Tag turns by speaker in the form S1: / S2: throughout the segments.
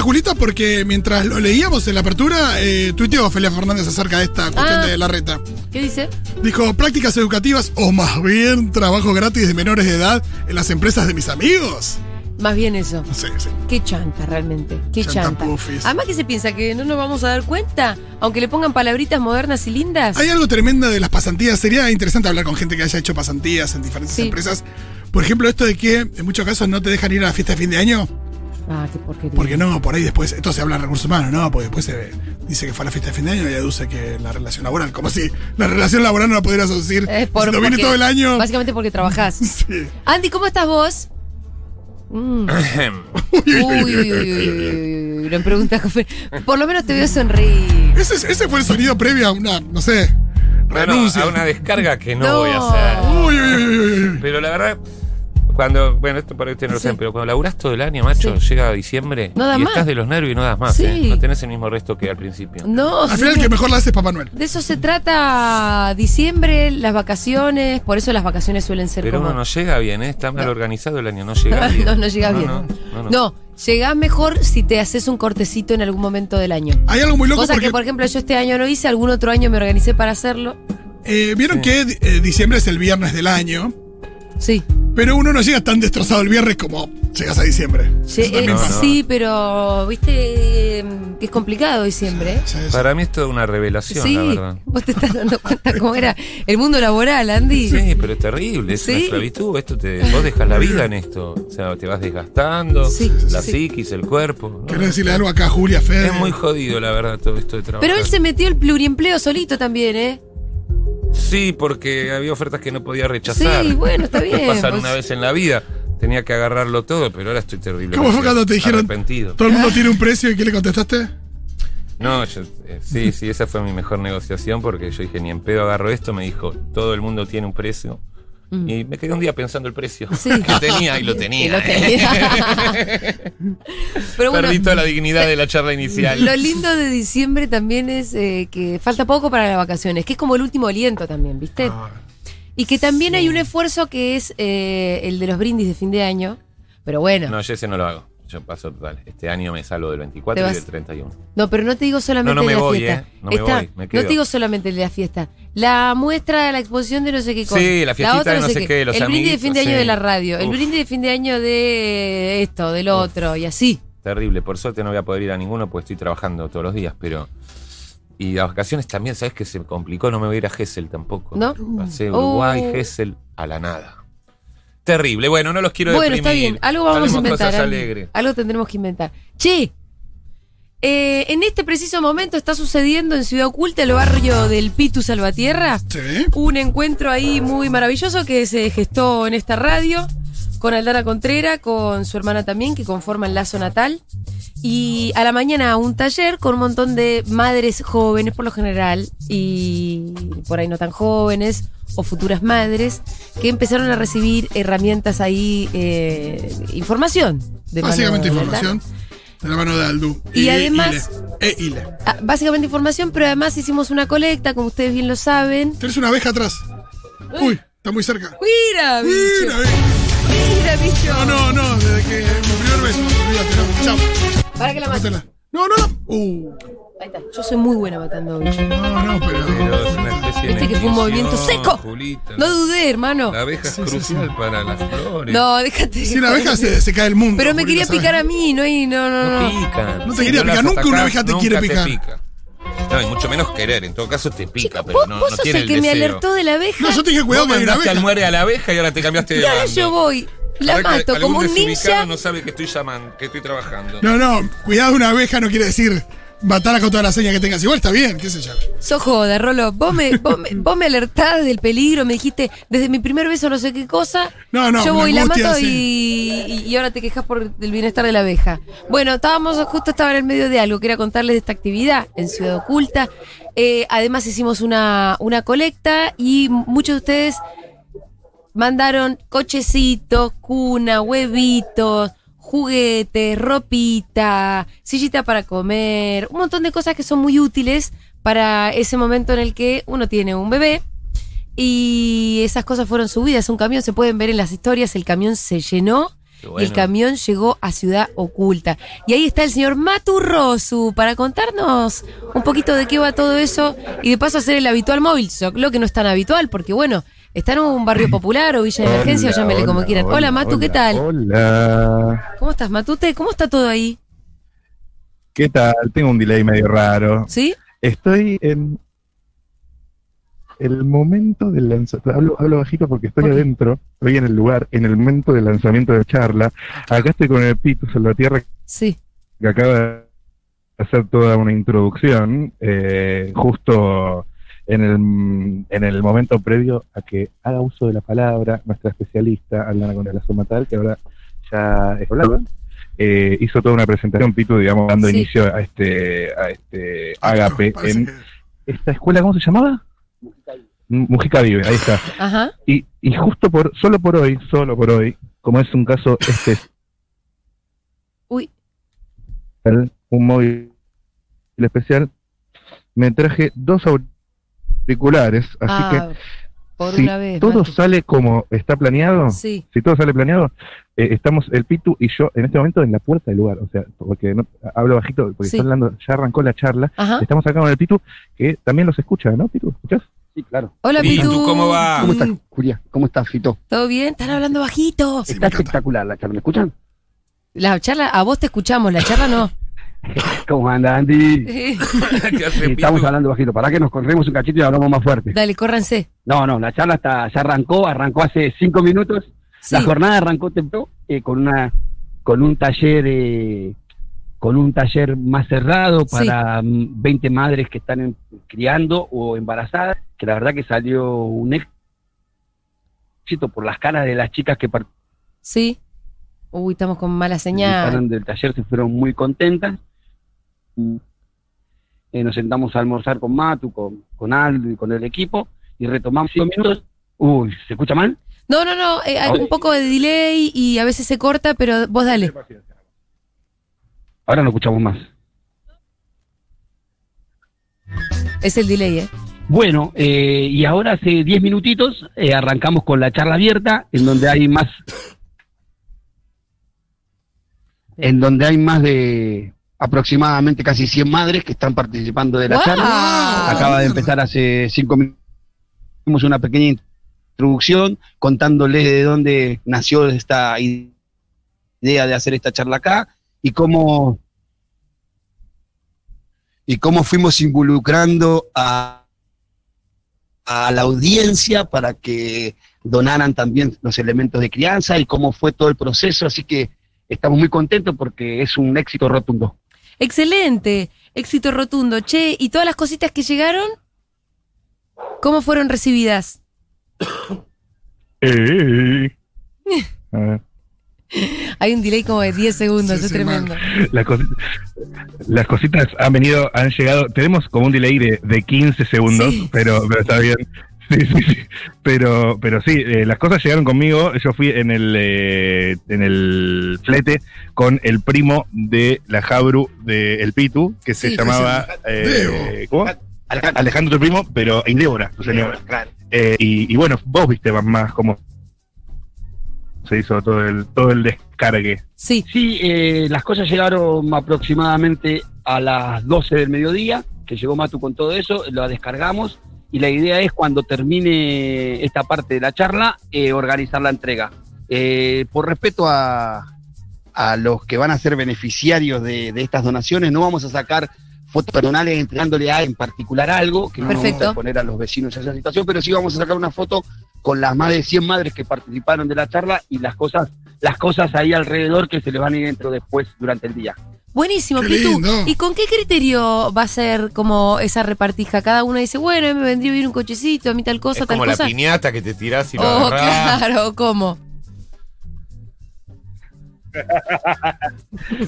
S1: ahorita porque mientras lo leíamos en la apertura, eh, tuiteó Ofelia Fernández acerca de esta cuestión
S2: Ah.
S1: de la reta.
S2: ¿Qué dice?
S1: Dijo, prácticas educativas o más bien trabajo gratis de menores de edad en las empresas de mis amigos.
S2: Más bien eso.
S1: Sí, sí.
S2: Qué chanta realmente, qué
S1: Chanta
S2: chanta.
S1: pufis.
S2: Además que se piensa que no nos vamos a dar cuenta, aunque le pongan palabritas modernas y lindas.
S1: Hay algo tremendo de las pasantías. Sería interesante hablar con gente que haya hecho pasantías en diferentes
S2: Sí.
S1: empresas. Por ejemplo, esto de que en muchos casos no te dejan ir a la fiesta de fin de año.
S2: Ah, qué porquería.
S1: Porque no, por ahí después, esto se habla en recursos humanos, ¿no? Porque después se dice que fue a la fiesta de fin de año y aduce que la relación laboral, como si la relación laboral no la pudieras decir.
S2: Es por-
S1: si lo viene
S2: porque-
S1: todo el año.
S2: Básicamente porque trabajás.
S1: Sí.
S2: Andy, ¿cómo estás vos? Mm. Uy, uy, uy, uy, uy, uy, lo pregunta Jofe. Por lo menos te veo sonreír.
S1: Ese, es- ese fue el sonido previo a una, no sé,
S3: Bueno,
S1: renuncia.
S3: a una descarga que no,
S2: No.
S3: voy a hacer.
S1: Uy, uy, uy, uy, uy.
S3: Pero la verdad, cuando. Bueno, esto para ustedes no lo
S2: Sí.
S3: saben, pero cuando laburás todo el año, macho, llega diciembre
S2: No das
S3: y
S2: más.
S3: estás de los nervios y no das más.
S2: Sí.
S3: ¿eh? No tenés el mismo resto que al principio.
S2: No,
S1: Al final, el
S2: sí.
S1: que mejor la hace es Papá Noel.
S2: De eso se trata diciembre, las vacaciones, por eso las vacaciones suelen ser
S3: Pero
S2: como...
S3: uno no llega bien, ¿eh? Está mal organizado el año, no llega bien.
S2: no, no llegás bien.
S3: No,
S2: No,
S3: no, no.
S2: llegás mejor si te haces un cortecito en algún momento del año.
S1: Hay algo muy loco
S2: Cosa
S1: porque.
S2: que, por ejemplo, yo este año no hice, algún otro año me organicé para hacerlo.
S1: eh, Vieron que eh, diciembre es el viernes del año.
S2: Sí.
S1: Pero uno no llega tan destrozado el viernes como llegas a diciembre.
S2: Sí,
S1: Eso también
S2: eh,
S1: pasa.
S2: sí, pero, viste, eh, que es complicado diciembre. ¿eh?
S1: Ya es-
S3: Para mí es toda una revelación,
S2: Sí,
S3: la verdad.
S2: vos te estás dando cuenta cómo era el mundo laboral, Andy.
S3: Sí, pero es terrible, es una
S2: Sí.
S3: esclavitud. Esto te, vos dejas la vida en esto. O sea, te vas desgastando,
S2: Sí,
S3: la
S2: sí.
S3: psiquis, el cuerpo. ¿no?
S1: Quiero decirle algo acá a Julia Fede.
S3: Es muy jodido, la verdad, todo esto de trabajo.
S2: Pero él se metió el pluriempleo solito también, ¿eh?
S3: Sí, porque había ofertas que no podía rechazar.
S2: Sí, bueno, está
S3: Que
S2: bien,
S3: pasan
S2: vos-
S3: una vez en la vida. Tenía que agarrarlo todo, pero ahora estoy terrible.
S1: ¿Cómo fue cuando te dijeron
S3: Arrepentido.
S1: todo el
S2: Ah.
S1: mundo tiene un precio y qué le contestaste?
S3: No, yo, eh, sí, sí, esa fue mi mejor negociación porque yo dije, ni en pedo agarro esto. Me dijo, todo el mundo tiene un precio. Y me quedé un día pensando el precio
S2: Mm. Sí.
S3: que tenía y lo tenía. eh.
S2: Y lo tenía. pero bueno,
S3: Perdí toda la dignidad de la charla inicial.
S2: lo lindo de diciembre también es eh, que falta poco para las vacaciones, que es como el último aliento también, ¿viste?
S3: Ah,
S2: Y que también hay un esfuerzo que es eh, el de los brindis de fin de año. Pero bueno, no,
S3: No, yo ese no lo hago. Yo paso total. Este año me salgo del 24
S2: Te
S3: y
S2: vas-
S3: del 31.
S2: pero no te digo solamente
S3: No, no me
S2: de la
S3: voy,
S2: fiesta.
S3: ¿eh? No me voy, me quedo.
S2: no te digo solamente de la fiesta. La muestra de la exposición de no sé qué cosa.
S3: Sí, la fiestita de no sé qué, los
S2: El brindis de fin de
S3: amiguitos,
S2: año
S3: sí.
S2: de la radio. El
S3: Uf.
S2: brindis de fin de año de esto, del otro, y así.
S3: Terrible. Por suerte no voy a poder ir a ninguno porque estoy trabajando todos los días, pero. Y las vacaciones también, ¿sabes que se complicó? No me voy a ir a Gessel tampoco.
S2: ¿No?
S3: Pasé
S2: Oh.
S3: Uruguay, Gessel, a la nada. Terrible. Bueno, no los quiero
S2: bueno,
S3: deprimir.
S2: está bien. Algo vamos
S3: Hablemos
S2: a inventar.
S3: cosas
S2: Andy.
S3: alegres.
S2: Algo tendremos que inventar. Che, eh, en este preciso momento está sucediendo en Ciudad Oculta, el barrio del Pitu Salvatierra,
S1: Sí.
S2: un encuentro ahí muy maravilloso que se gestó en esta radio con Aldana Contrera, con su hermana también, que conforman Lazo Natal. Y a la mañana un taller con un montón de madres jóvenes por lo general y por ahí no tan jóvenes o futuras madres que empezaron a recibir herramientas ahí, eh, información. De mano
S1: Básicamente
S2: de Aldana.
S1: información de la mano de Aldu.
S2: Y además-
S1: Ile. E Ile.
S2: Ah, Básicamente información, pero además hicimos una colecta, como ustedes bien lo saben.
S1: Tienes una abeja atrás. Uy, está muy cerca.
S2: ¡Mira, bicho!
S1: Mira, eh.
S2: ¡Mira, bicho!
S1: no, no, no, desde que mi primer beso. Olvídate, no. Chao.
S2: Para que la mate.
S1: Mátela. No, no, no. Uh,
S2: Ahí está. Yo soy muy buena matando bicho.
S1: no, no,
S3: Pero es una
S1: pero.
S3: especie de
S2: Viste que fue un
S3: bendición,
S2: movimiento seco.
S3: Julita.
S2: No dudé, hermano.
S3: La abeja es crucial para las flores.
S2: No, déjate.
S1: Si una abeja se, se cae el mundo.
S2: Pero me
S1: Julieta,
S2: quería
S1: ¿sabes?
S2: picar a mí, no hay. No, no,
S3: No
S2: no.
S3: pica.
S1: No te quería
S3: las
S1: picar, nunca
S3: atacás,
S1: una abeja te
S3: nunca
S1: quiere picar.
S3: pica. No, y mucho menos querer. En todo caso te pica,
S2: Chico,
S3: pero
S2: vos,
S3: no,
S2: vos
S3: no
S2: sos
S3: tiene
S2: el que me
S3: deseo.
S2: alertó de la abeja.
S1: No, yo te dije,
S3: Vos
S1: cuidado que hay una
S3: mandaste
S1: abeja.
S3: al muere a la abeja y ahora te cambiaste de
S2: y ahora
S3: bando.
S2: yo voy. La
S3: Capaz que
S2: mato
S3: algún
S2: como un
S3: desubicado
S2: ninja.
S3: no sabe que estoy llamando, que estoy trabajando.
S1: No, no, cuidado de una abeja no quiere decir matarla con todas las señas que tengas. Igual está bien, qué sé yo.
S2: Sos joda, Rolo. Vos me, vos, me, vos me alertás del peligro, me dijiste desde mi primer beso no sé qué cosa.
S1: No, no,
S2: yo
S1: una
S2: voy, la
S1: angustia,
S2: mato y, y- y ahora te quejas por el bienestar de la abeja. Bueno, estábamos, justo estaba en el medio de algo, quería contarles de esta actividad en Ciudad Oculta. Eh, además hicimos una, una colecta y muchos de ustedes mandaron cochecitos, cuna, huevitos, juguetes, ropita, sillita para comer, un montón de cosas que son muy útiles para ese momento en el que uno tiene un bebé. Y esas cosas fueron subidas a un camión, se pueden ver en las historias, el camión se llenó
S3: Qué bueno.
S2: El camión llegó a Ciudad Oculta. Y ahí está el señor Maturrosu para contarnos un poquito de qué va todo eso y de paso hacer el habitual móvil shock, lo que no es tan habitual, porque bueno, está en un barrio popular o villa de emergencia, o llámele como quieran. Hola, Matu, ¿qué
S4: hola,
S2: tal?
S4: Hola.
S2: ¿Cómo estás, Matute? ¿Cómo está todo ahí?
S4: ¿Qué tal? Tengo un delay medio raro.
S2: ¿Sí?
S4: Estoy en el momento del lanzamiento. Hablo, hablo bajito porque estoy
S2: Ok.
S4: adentro, estoy en el lugar, en el momento del lanzamiento de charla. Acá estoy con el Pitu Salvatierra
S2: Sí.
S4: que acaba de hacer toda una introducción, eh, justo en el, en el momento previo a que haga uso de la palabra nuestra especialista, Aldana Contreras Matal, que ahora ya es hablada, eh, hizo toda una presentación, Pitu, digamos, dando
S2: Sí.
S4: inicio a este, a este ágape
S1: Parece
S4: en
S1: que-
S4: esta escuela, ¿cómo se llamaba? M- Mujica Vive, ahí está.
S2: Ajá.
S4: Y, y justo por, solo por hoy, solo por hoy, como es un caso este
S2: Uy,
S4: el- un móvil especial, me traje dos auriculares, así
S2: ah, por
S4: que si
S2: una vez.
S4: todo
S2: Matu.
S4: sale como está planeado,
S2: Sí.
S4: si todo sale planeado, eh, estamos el Pitu y yo en este momento en la puerta del lugar, o sea, porque no, hablo bajito, porque
S2: Sí.
S4: está hablando, ya arrancó la charla,
S2: Ajá.
S4: estamos acá con el Pitu, que también los escucha, ¿no, Pitu? ¿Escuchás?
S5: Sí, claro.
S2: Hola,
S3: Pitu,
S2: Pitu.
S3: ¿cómo va?
S5: ¿Cómo estás, Julia? ¿Cómo estás, Fito?
S2: ¿Todo bien? Están hablando bajito.
S1: Sí, me
S5: Está
S1: encanta.
S5: espectacular la charla. ¿Me escuchan?
S2: La charla, a vos te escuchamos, la charla no.
S5: ¿Cómo anda, Andy?
S3: ¿Qué hace,
S5: Sí,
S3: Pitu?
S5: estamos hablando bajito. Para que nos corremos un cachito y hablamos más fuerte.
S2: Dale, córranse.
S5: No, no, la charla está, ya arrancó. Arrancó hace cinco minutos.
S2: Sí.
S5: La jornada arrancó temprano eh, con una con un taller eh, con un taller más cerrado
S2: Sí.
S5: para mm, 20 madres que están en- criando o embarazadas, que la verdad que salió un éxito por las caras de las chicas que participaron.
S2: Sí. Uy, estamos con mala señal.
S5: participaron del taller se fueron muy contentas. Eh, nos sentamos a almorzar con Matu, con, con Aldo y con el equipo y retomamos cinco minutos. Uy, ¿se escucha mal?
S2: No, no, no, eh, hay un poco de delay y a veces se corta, pero vos dale.
S5: Ahora no escuchamos más.
S2: Es el delay, ¿eh?
S5: Bueno, eh, y ahora hace 10 minutitos eh, arrancamos con la charla abierta, en donde hay más. En donde hay más de aproximadamente casi 100 madres que están participando de la
S2: ¡Guau!
S5: charla. Acaba de empezar hace cinco minutos. Hicimos una pequeña introducción contándoles de dónde nació esta i- idea de hacer esta charla acá y cómo y cómo fuimos involucrando a, a la audiencia para que donaran también los elementos de crianza y cómo fue todo el proceso. Así que estamos muy contentos porque es un éxito rotundo.
S2: Excelente, éxito rotundo. Che, ¿y todas las cositas que llegaron? ¿Cómo fueron recibidas?
S4: Eh. A ver.
S2: Hay un delay como de 10 segundos,
S1: Sí,
S2: es
S1: sí,
S2: tremendo.
S4: Las, cosi- las cositas han venido, han llegado. Tenemos como un delay de, de 15 segundos,
S2: Sí.
S4: pero, pero está bien. Sí, sí, sí. Pero, pero sí, eh, las cosas llegaron conmigo. Yo fui en el, eh, en el flete con el primo de la Jabru de El Pitu, que se
S2: Sí,
S4: llamaba. eh, ¿Cómo?
S5: Alejandro.
S4: Alejandro, tu primo, pero en Débora, su señora. Eh, y, y bueno, vos viste más, más cómo se hizo todo el, todo el descargue.
S2: Sí,
S5: Sí, eh, las cosas llegaron aproximadamente a las 12 del mediodía, que llegó Matu con todo eso, lo descargamos y la idea es cuando termine esta parte de la charla, eh, organizar la entrega.
S6: Eh, por respeto a, a los que van a ser beneficiarios de, de estas donaciones, no vamos a sacar fotos personales entregándole a en particular algo, que no nos
S2: Perfecto.
S6: vamos a poner a los vecinos en esa situación, pero sí vamos a sacar una foto con las más de 100 madres que participaron de la charla y las cosas las cosas ahí alrededor que se le van a ir dentro después durante el día.
S2: buenísimo,
S1: Qué
S2: Pitu.
S1: lindo.
S2: ¿Y con qué criterio va a ser como esa repartija? Cada uno dice, bueno, me vendría bien un cochecito, a mí tal cosa,
S3: Es
S2: tal
S3: como la
S2: cosa.
S3: piñata que te tirás y lo
S2: oh,
S3: agarrás.
S2: claro, ¿cómo?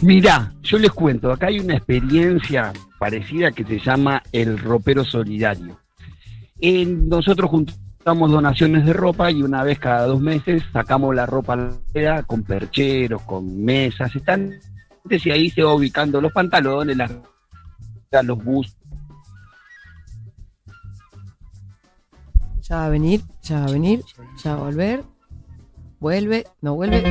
S5: Mirá, yo les cuento, acá hay una experiencia parecida que se llama el ropero solidario. En- nosotros juntamos donaciones de ropa y una vez cada dos meses sacamos la ropa a la vereda con percheros, con mesas, están y ahí se va ubicando los pantalones, las, los buzos,
S2: Ya va a venir, ya va a venir, ya va a volver. Vuelve, no vuelve.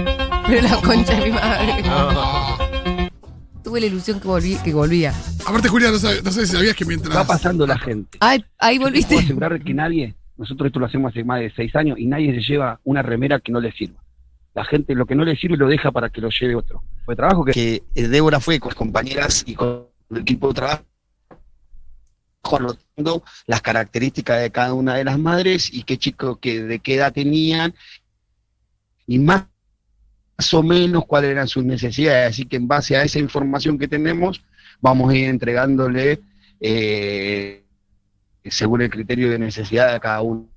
S2: Pero la concha de mi madre.
S3: No.
S2: Tuve la ilusión que, volví, que volvía.
S1: Aparte, Julia, no, sabe- no sé si sabías que mientras.
S7: Va pasando la gente.
S2: Ay, ahí
S7: Puedo
S2: volviste.
S7: asegurar que nadie, nosotros esto lo hacemos hace más de seis años, y nadie se lleva una remera que no le sirva. La gente lo que no le sirve lo deja para que lo lleve otro. Fue trabajo que
S5: que eh, Débora fue con las compañeras y con el equipo de trabajo anotando las características de cada una de las madres y qué chicos que de qué edad tenían y más más o menos cuáles eran sus necesidades. Así que en base a esa información que tenemos, vamos a ir entregándole eh, según el criterio de necesidad de cada uno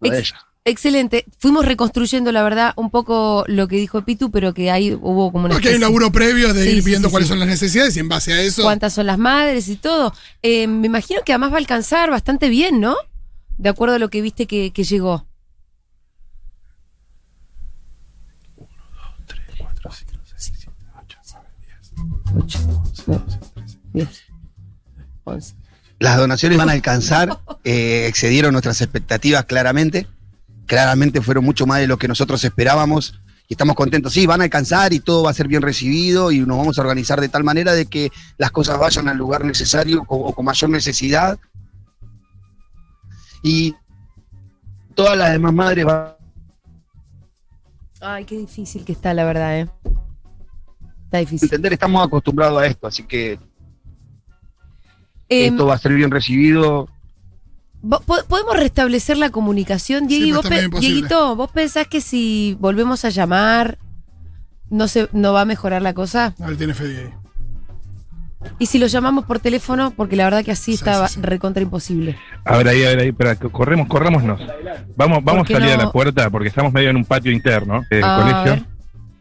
S5: de
S2: Ex-
S5: ellas.
S2: Excelente. Fuimos reconstruyendo, la verdad, un poco lo que dijo Pitu, pero que ahí hubo como una.
S1: Porque hay un
S2: especie-
S1: laburo previo de
S2: Sí,
S1: ir
S2: sí,
S1: viendo
S2: sí,
S1: cuáles
S2: sí.
S1: son las necesidades y en base a eso.
S2: cuántas son las madres y todo. Eh, me imagino que además va a alcanzar bastante bien, ¿no? De acuerdo a lo que viste que, que llegó.
S5: Las donaciones van a alcanzar, eh, excedieron nuestras expectativas claramente. Claramente fueron mucho más de lo que nosotros esperábamos y estamos contentos. Sí, van a alcanzar y todo va a ser bien recibido y nos vamos a organizar de tal manera de que las cosas vayan al lugar necesario o, o con mayor necesidad. Y todas las demás madres van
S2: Ay, qué difícil que está, la verdad, ¿eh? Está
S5: a
S2: difícil.
S5: entender, estamos acostumbrados a esto, así que
S2: Em,
S5: esto va a ser bien recibido.
S2: ¿vo- po- ¿Podemos restablecer la comunicación? Diego,
S1: pero
S2: vos
S1: está
S2: pe-
S1: medio imposible.
S2: Dieguito, ¿vos pensás que si volvemos a llamar no, se, no va a mejorar la cosa?
S1: A ver, tiene Fede ahí.
S2: ¿Y si lo llamamos por teléfono? Porque la verdad que así
S1: Sí,
S2: estaba
S1: sí, sí.
S2: recontra imposible.
S1: Eh,
S4: A ver ahí, a ver ahí, espera, que corremos, corrámonos. Vamos, vamos a
S2: qué
S4: salir a
S2: no?
S4: la puerta porque estamos medio en un patio interno del
S2: Ah, a ver.
S4: colegio.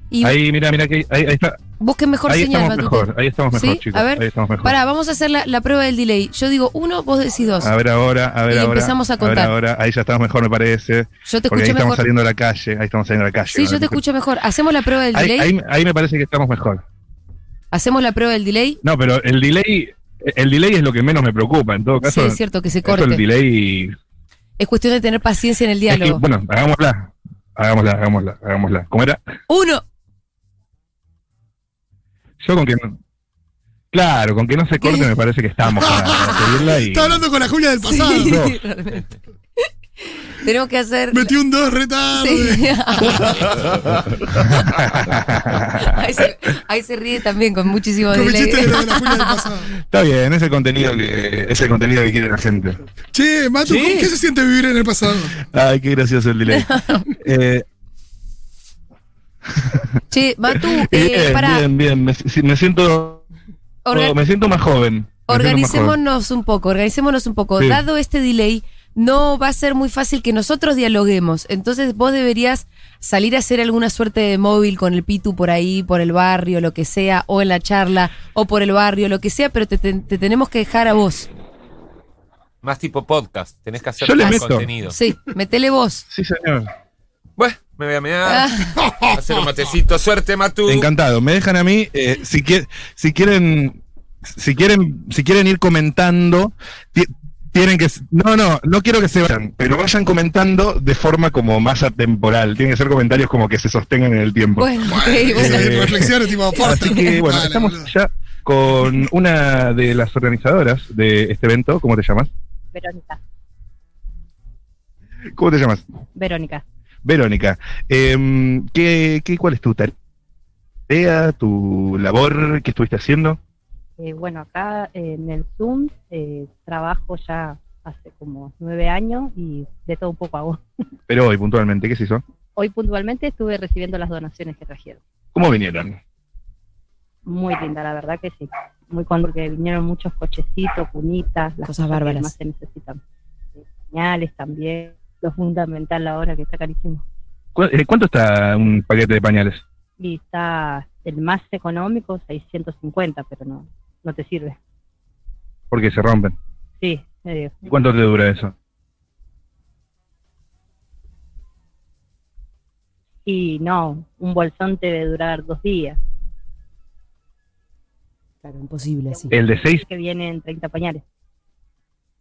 S2: Y
S4: Ahí, mira, mira, que ahí, ahí está,
S2: busquen mejor
S4: ahí
S2: señal,
S4: estamos
S2: Matute.
S4: mejor, ahí estamos mejor,
S2: ¿Sí?
S4: chicos.
S2: A ver,
S4: ahí estamos mejor.
S2: Pará, vamos a hacer la, la prueba del delay. Yo digo uno, vos decís dos.
S4: A ver ahora, a ver
S2: Y
S4: ahora.
S2: empezamos a contar.
S4: ver ahora, ahí ya estamos mejor, me parece.
S2: Yo te escucho
S4: porque ahí estamos
S2: mejor.
S4: saliendo a la calle, ahí estamos saliendo a la calle.
S2: Sí, yo te escucho mejor. Hacemos la prueba del
S4: Ahí,
S2: delay.
S4: ahí- ahí me parece que estamos mejor.
S2: Hacemos la prueba del delay.
S4: No, pero el delay, el delay es lo que menos me preocupa. En todo
S2: Sí,
S4: caso,
S2: es cierto que se
S4: eso, el
S2: corte.
S4: delay
S2: Es cuestión de tener paciencia en el
S4: Es que,
S2: diálogo.
S4: bueno, hagámosla. Hagámosla, hagámosla, hagámosla. ¿Cómo era?
S2: Uno.
S4: Yo con que no. Claro, con que no se corte me parece que estamos para, para seguirla y.
S1: Está hablando con la Julia del pasado.
S2: Sí,
S4: Dos.
S2: realmente. Tenemos que hacer.
S1: Metí un 2 retardo.
S2: Sí. ahí, se, ahí se ríe también con muchísimo
S1: Con mi
S2: delay.
S1: chiste de la de la Julia del pasado.
S4: Está bien, ese contenido que, ese contenido que quiere la gente.
S1: Che, Eh, Matu,
S4: Sí.
S1: ¿cómo- ¿qué se siente vivir en el pasado?
S4: Ay, qué gracioso el delay. Eh,
S2: Che, Matu, eh,
S4: bien,
S2: pará,
S4: bien, bien. Me, si- me siento.
S2: orga-
S4: me siento más joven. Me siento más joven.
S2: Organicémonos un poco, organicémonos un poco.
S4: Sí.
S2: Dado este delay, no va a ser muy fácil que nosotros dialoguemos. Entonces vos deberías salir a hacer alguna suerte de móvil con el Pitu por ahí, por el barrio, lo que sea, o en la charla, o por el barrio, lo que sea, pero te, te- te tenemos que dejar a vos.
S3: Más tipo podcast, tenés que hacer
S4: Yo le
S3: más
S4: meto.
S3: contenido.
S2: Sí, metele vos.
S4: Sí, señor.
S3: Bueno, me voy a mear,
S2: Ah.
S3: hacer un matecito. Suerte, Matú.
S4: Encantado. Me dejan a mí. eh, si, quie- si quieren, si quieren, si quieren ir comentando, ti- tienen que. No, no, no quiero que se vayan, pero vayan comentando de forma como más atemporal. Tienen que ser comentarios como que se sostengan en el tiempo.
S2: Bueno, ok, bueno.
S1: Eh,
S4: Eh,
S1: reflexiones tipo aporta.
S4: Así que bueno,
S1: Dale,
S4: estamos
S1: boludo.
S4: ya con una de las organizadoras de este evento. ¿Cómo te llamas?
S8: Verónica,
S4: ¿Cómo te llamas?
S8: Verónica.
S4: Verónica. em, ¿qué, qué, ¿Cuál es tu tarea, tu labor que estuviste haciendo?
S8: Eh, bueno, acá eh, en el Zoom eh, trabajo ya hace como nueve años y de todo un poco hago.
S4: Pero hoy puntualmente, ¿qué se hizo?
S8: Hoy puntualmente estuve recibiendo las donaciones que trajeron.
S4: ¿Cómo vinieron?
S8: Muy linda, la verdad que sí. Muy con porque vinieron muchos cochecitos, cunitas, las
S2: Cosas
S8: cosas,
S2: bárbaras.
S8: que más se necesitan. Eh, Pañales también, lo fundamental ahora que está carísimo.
S4: ¿Cu- eh, ¿Cuánto está un paquete de pañales?
S8: Y está el más económico, 650, pero no, no te sirve.
S4: Porque se rompen.
S8: Sí, eh,
S4: ¿Y ¿Cuánto te dura eso?
S8: Y no, un bolsón te debe durar dos días.
S2: Claro, imposible así.
S4: ¿El de 6,
S8: Que vienen 30 pañales.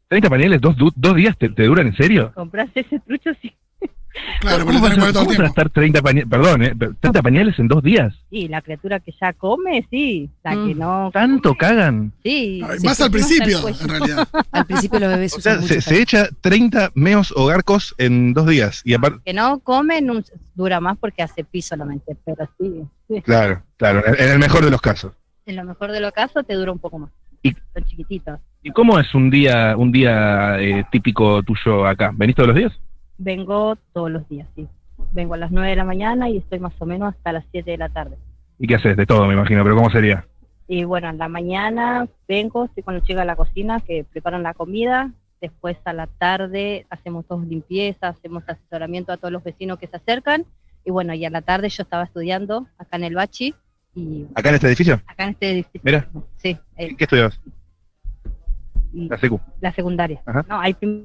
S4: 30 pañales, dos, du- dos días te, te duran en serio?
S8: Compras ese trucho, sí.
S1: Claro, porque
S4: ¿Cómo,
S1: lo
S4: vas
S1: tenés
S4: a-
S1: que poner todo el
S4: cómo vas a
S1: tiempo.
S4: estar 30 pañales? Perdón, eh, pero 30 pañales en dos días.
S8: Sí, la criatura que ya come, sí. La que
S2: Mm.
S8: no.
S4: ¿Tanto cagan?
S8: Sí.
S1: Ay,
S8: sí,
S1: Más
S8: sí, sí, hasta
S1: al
S8: el
S1: principio,
S8: cuello.
S1: en realidad.
S2: Al principio los bebés
S4: O sea,
S2: usan
S4: se,
S2: mucho
S4: se echa 30 meos o garcos en dos días. Y aparte.
S8: Que no come no- dura más porque hace pis solamente, pero sí. sí.
S4: Claro, claro, en el mejor de los casos.
S8: En lo mejor de los casos te dura un poco más.
S4: Y-
S8: Son chiquititos.
S4: ¿Y cómo es un día un día eh, típico tuyo acá? ¿Venís todos los días?
S8: Vengo todos los días, sí. Vengo a las 9 de la mañana y estoy más o menos hasta las 7 de la tarde.
S4: ¿Y qué haces? De todo, me imagino, pero ¿cómo sería?
S8: Y bueno, en la mañana vengo, estoy con los chicos de la cocina que preparan la comida. Después a la tarde hacemos todos limpieza, hacemos asesoramiento a todos los vecinos que se acercan. Y bueno, y a la tarde yo estaba estudiando acá en el Bachi y
S4: ¿Acá en este edificio?
S8: acá en este edificio.
S4: Mira.
S8: Sí, eh,
S4: ¿Qué estudias?
S8: y
S4: La secu.
S8: la secundaria.
S4: Ajá.
S8: No, hay prim-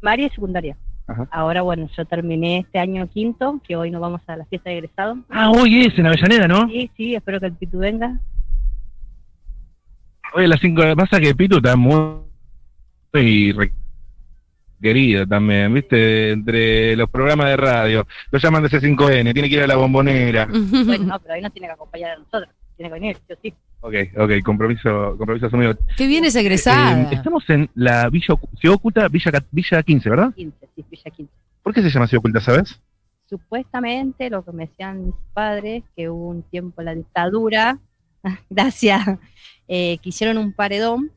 S8: primaria y secundaria.
S4: Ajá.
S8: Ahora, bueno, yo terminé este año quinto, que hoy nos vamos a la fiesta de egresado.
S4: Ah, hoy es en Avellaneda, ¿no?
S8: Sí, sí, espero que el Pitu venga.
S4: Hoy a las 5 de la pasa que Pitu está muy y re- querido también, ¿viste? Entre los programas de radio, lo llaman de C5N, tiene que ir a la bombonera.
S8: Bueno, no, pero ahí nos tiene que acompañar a nosotros. Tiene que venir, yo sí.
S4: Ok, ok, compromiso, compromiso asumido.
S2: Qué bien es
S4: Eh,
S2: egresada.
S4: estamos en la Villa Ocu- Ciudad Oculta, Villa, Cat- Villa 15, ¿verdad?
S8: 15, sí, Villa 15.
S4: ¿Por qué se llama Ciudad Oculta, sabes?
S8: Supuestamente, lo que me decían mis padres, que hubo un tiempo en la dictadura, gracias, eh, que hicieron un paredón,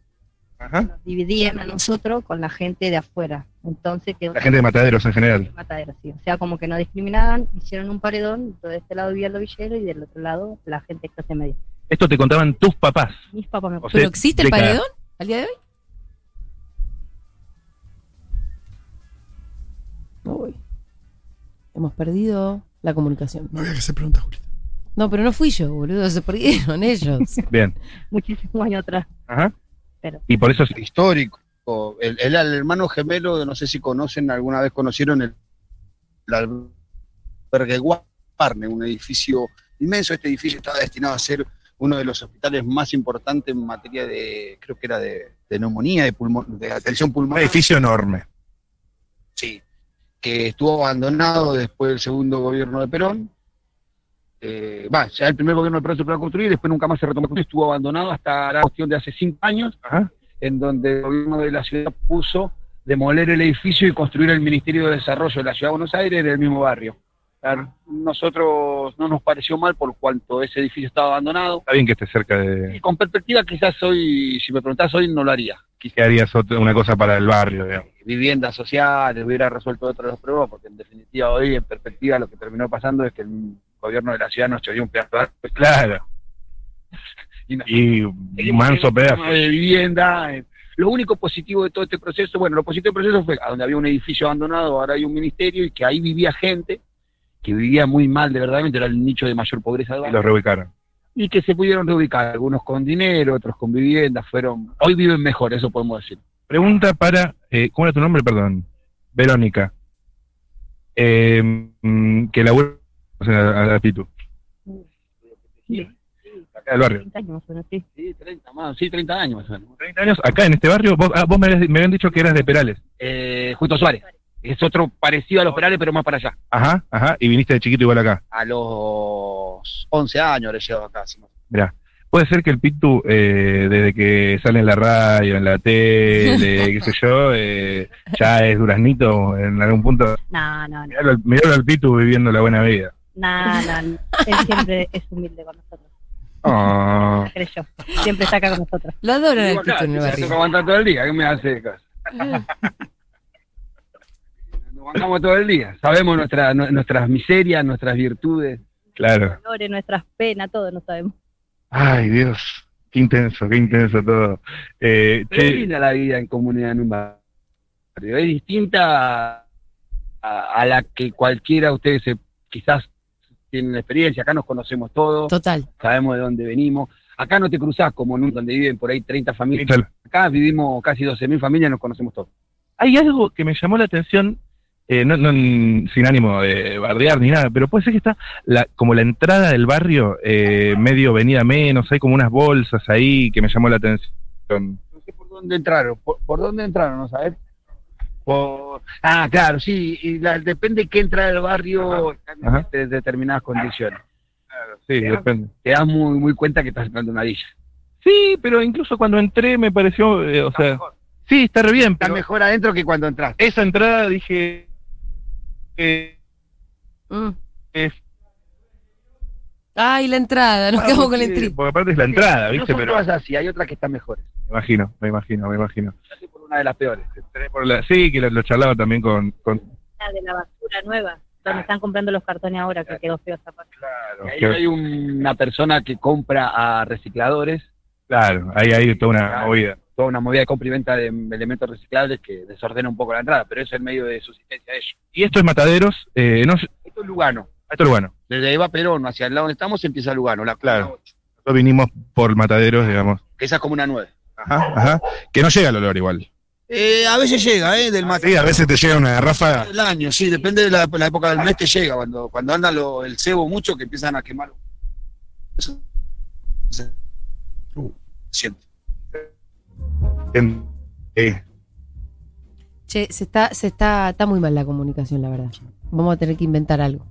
S4: Ajá.
S8: nos dividían a nosotros con la gente de afuera. Entonces, que
S4: La gente de Mataderos en general.
S8: Matadero, sí. O sea, como que no discriminaban, hicieron un paredón, entonces de este lado vivían los villeros y del otro lado la gente de clase media.
S4: Esto te contaban tus papás.
S8: Mis papás me
S4: O sea,
S2: ¿Pero existe el
S4: década.
S2: paredón al día de hoy? Uy. Hemos perdido la comunicación.
S1: No había que hacer preguntas, Julita.
S2: No, pero no fui yo, boludo. Se perdieron ellos.
S4: Bien.
S8: muchísimos años atrás.
S4: Ajá.
S8: Pero-
S4: Y por eso
S5: histórico. Él él era el hermano gemelo, no sé si conocen, alguna vez conocieron el, el albergue Warne, un edificio inmenso. Este edificio estaba destinado a ser uno de los hospitales más importantes en materia de, creo que era de, de neumonía, de, pulmón- de atención
S4: un
S5: pulmonar.
S4: edificio enorme.
S5: Sí, que estuvo abandonado después del segundo gobierno de Perón. Eh, Va, ya el primer gobierno de Perón se pudo construir, después nunca más se retomó. Estuvo abandonado hasta la cuestión de hace cinco años,
S4: Ajá.
S5: en donde el gobierno de la ciudad puso demoler el edificio y construir el Ministerio de Desarrollo de la Ciudad de Buenos Aires en el mismo barrio. A Nosotros no nos pareció mal por cuanto ese edificio estaba abandonado.
S4: Está bien que esté cerca de...
S5: Y con perspectiva quizás hoy, si me preguntás hoy, no lo haría. Quizás
S4: que harías otra- una cosa para el barrio, digamos.
S5: viviendas sociales, hubiera resuelto otros los problemas, porque en definitiva hoy, en perspectiva, lo que terminó pasando es que el gobierno de la ciudad nos dio un pedazo de arte,
S4: Claro.
S5: Y no-
S4: Y un manso pedazo.
S5: de vivienda. eh. Lo único positivo de todo este proceso, bueno, lo positivo del proceso fue a donde había un edificio abandonado, ahora hay un ministerio y que ahí vivía gente que vivía muy mal, de verdad, era el nicho de mayor pobreza
S4: Y
S5: del barrio
S4: los reubicaron.
S5: y que se pudieron reubicar, algunos con dinero, otros con viviendas, fueron, hoy viven mejor, eso podemos decir.
S4: Pregunta para... eh, ¿Cómo era tu nombre? Perdón. Verónica. Eh, mm, que la vuelva a, a- a Pitu. Acá del barrio.
S8: 30 años más o menos, sí.
S5: Sí, 30 más, sí, 30 años más o menos.
S4: 30 años acá en este barrio. Vos, ah, vos me, habías- me habían dicho que eras de Perales.
S5: eh, Justo Suárez. Es otro parecido a los Perales, pero más para allá.
S4: Ajá, ajá. Y viniste de chiquito igual acá.
S5: A los 11 años le llevo acá. si no.
S4: Mirá, puede ser que el Pitu, eh, desde que sale en la radio, en la tele, qué sé yo, eh, ya es duraznito en algún punto.
S8: No, no, no.
S4: Miralo, al- miralo al Pitu viviendo la buena vida.
S8: No, no, no. Él siempre es humilde con nosotros.
S4: Oh.
S8: creyó. Siempre está acá con nosotros.
S2: Lo adoran al
S5: Vivo acá,
S2: pito en el
S5: si me toca
S2: barrio.
S5: aguantar todo el día, ¿qué me hace caso? Nos bancamos todo el día. Sabemos nuestra, nu- nuestras miserias, nuestras virtudes.
S4: Claro.
S8: Dolores, nuestras penas, todo, no sabemos.
S4: Ay, Dios. Qué intenso, qué intenso todo. Eh,
S5: Pero es
S4: che,
S5: linda la vida en comunidad en un barrio. Es distinta a, a la que cualquiera de ustedes se- quizás tienen experiencia. Acá nos conocemos todos,
S2: Total.
S5: sabemos de dónde venimos. Acá no te cruzás como en un donde viven por ahí 30 familias.
S4: Mitchell,
S5: Acá vivimos casi 12.000 familias, nos conocemos todos.
S4: hay algo que me llamó la atención, eh, no, no en- sin ánimo de bardear ni nada, pero puede ser que está la, como la entrada del barrio, eh, medio venida menos, hay como unas bolsas ahí que me llamó la atención.
S5: No sé por dónde entraron, por, por dónde entraron, ¿no sabes?
S7: Por- ah, claro, sí, y la- depende que entra del barrio
S4: Ajá.
S7: en de- determinadas condiciones.
S4: Sí,
S7: Claro.
S4: depende.
S7: Te das muy, muy cuenta que estás entrando en una villa.
S4: Sí, pero incluso cuando entré me pareció, eh, o sea, sí, está re bien,
S5: Está
S4: pero
S5: mejor adentro que cuando entraste.
S4: esa entrada dije eh,
S2: Mm.
S4: es-
S2: Ay, la entrada, nos
S4: ah,
S2: quedamos
S4: porque-
S2: con la entrada.
S4: Porque aparte es la entrada,
S7: No
S4: ¿viste?
S7: son
S4: Pero
S7: todas así, hay otras que están mejores.
S4: me imagino, me imagino, me imagino.
S7: Yo estoy por una de las peores.
S4: Entré por la- sí, que lo, lo charlaba también con, con
S8: La de la basura nueva, donde están comprando los cartones ahora, que quedó feo esa parte.
S4: claro,
S7: Ahí
S4: que-
S7: hay un- una persona que compra a recicladores,
S4: claro, ahí hay toda una
S7: Claro.
S4: movida.
S7: toda una movida de compra y venta de elementos reciclables que desordena un poco la entrada, pero eso es el medio de subsistencia de ellos.
S4: Y esto es Mataderos, eh, no, sé-
S7: Esto es Lugano.
S4: esto es bueno.
S5: Desde ahí va Perón, hacia el lado donde estamos empieza Lugano, la
S4: Claro. Nosotros vinimos por Mataderos, digamos.
S5: que esa es como una nueve.
S4: Ajá, ajá. Que no llega el olor igual.
S5: Eh, a veces llega, ¿eh? Del
S4: Ah, Sí,
S5: material
S4: a veces te llega una ráfaga.
S5: del año, sí, depende de la, la época del mes te llega, cuando, cuando anda lo- el cebo mucho que empiezan a quemar. Eso se siente.
S4: en- eh,
S2: Che, se está, se está, está muy mal la comunicación, la verdad. Vamos a tener que inventar algo.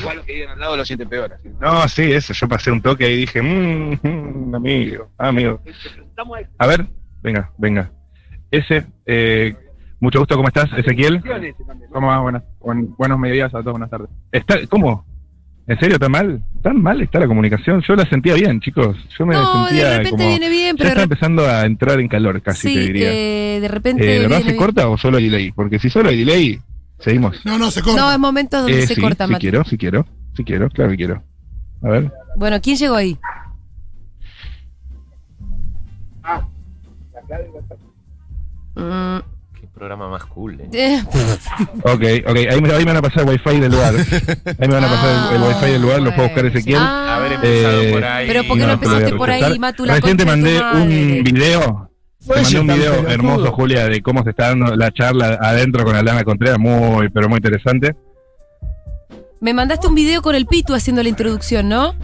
S5: Igual los que viven al lado lo sienten peor. así.
S4: No, sí, eso. Yo pasé un toque y dije, mmm, mm, amigo, amigo. A ver, venga, venga. Ese, eh, mucho gusto, ¿cómo estás? Ezequiel.
S9: ¿Cómo va? Buenas, buen- buenos mediodías a todos, buenas tardes.
S4: Está, ¿Cómo? ¿En serio tan mal? ¿Tan mal está la comunicación? Yo la sentía bien, chicos. Yo me
S2: No,
S4: sentía
S2: de repente
S4: como...
S2: viene bien,
S4: Ya
S2: pero de
S4: está
S2: repente,
S4: empezando a entrar en calor casi,
S2: sí,
S4: te diría.
S2: eh, de repente
S4: Eh, ¿De verdad
S2: viene
S4: se
S2: bien.
S4: corta o solo hay delay? Porque si solo hay delay, seguimos.
S1: No, no, se
S2: No,
S1: corta.
S2: es momentos donde
S4: Eh,
S2: se
S4: sí,
S2: corta,
S4: si
S2: Mati.
S4: quiero, si quiero, si quiero, claro que quiero. A ver.
S2: Bueno, ¿quién llegó ahí? Mm,
S3: Qué programa más cool, eh.
S2: eh,
S4: Ok, ok, ahí me, ahí me van a pasar el wifi del lugar. Ahí me van a pasar el, el wifi del lugar, los puedo buscar Ezequiel.
S2: Ah,
S3: Haber empezado
S4: Eh,
S3: por ahí.
S2: pero ¿por qué no
S4: No, te lo voy a
S2: empezaste por ahí,
S4: rechazar.
S2: Matu? La
S4: Recién te
S2: concha de
S4: mandé
S2: tu madre?
S4: un video. Te mandé un video hermoso, Julia, de cómo se está dando la charla adentro con Alana Contreras, muy, pero muy interesante.
S2: Me mandaste un video con el Pitu haciendo la introducción, ¿no?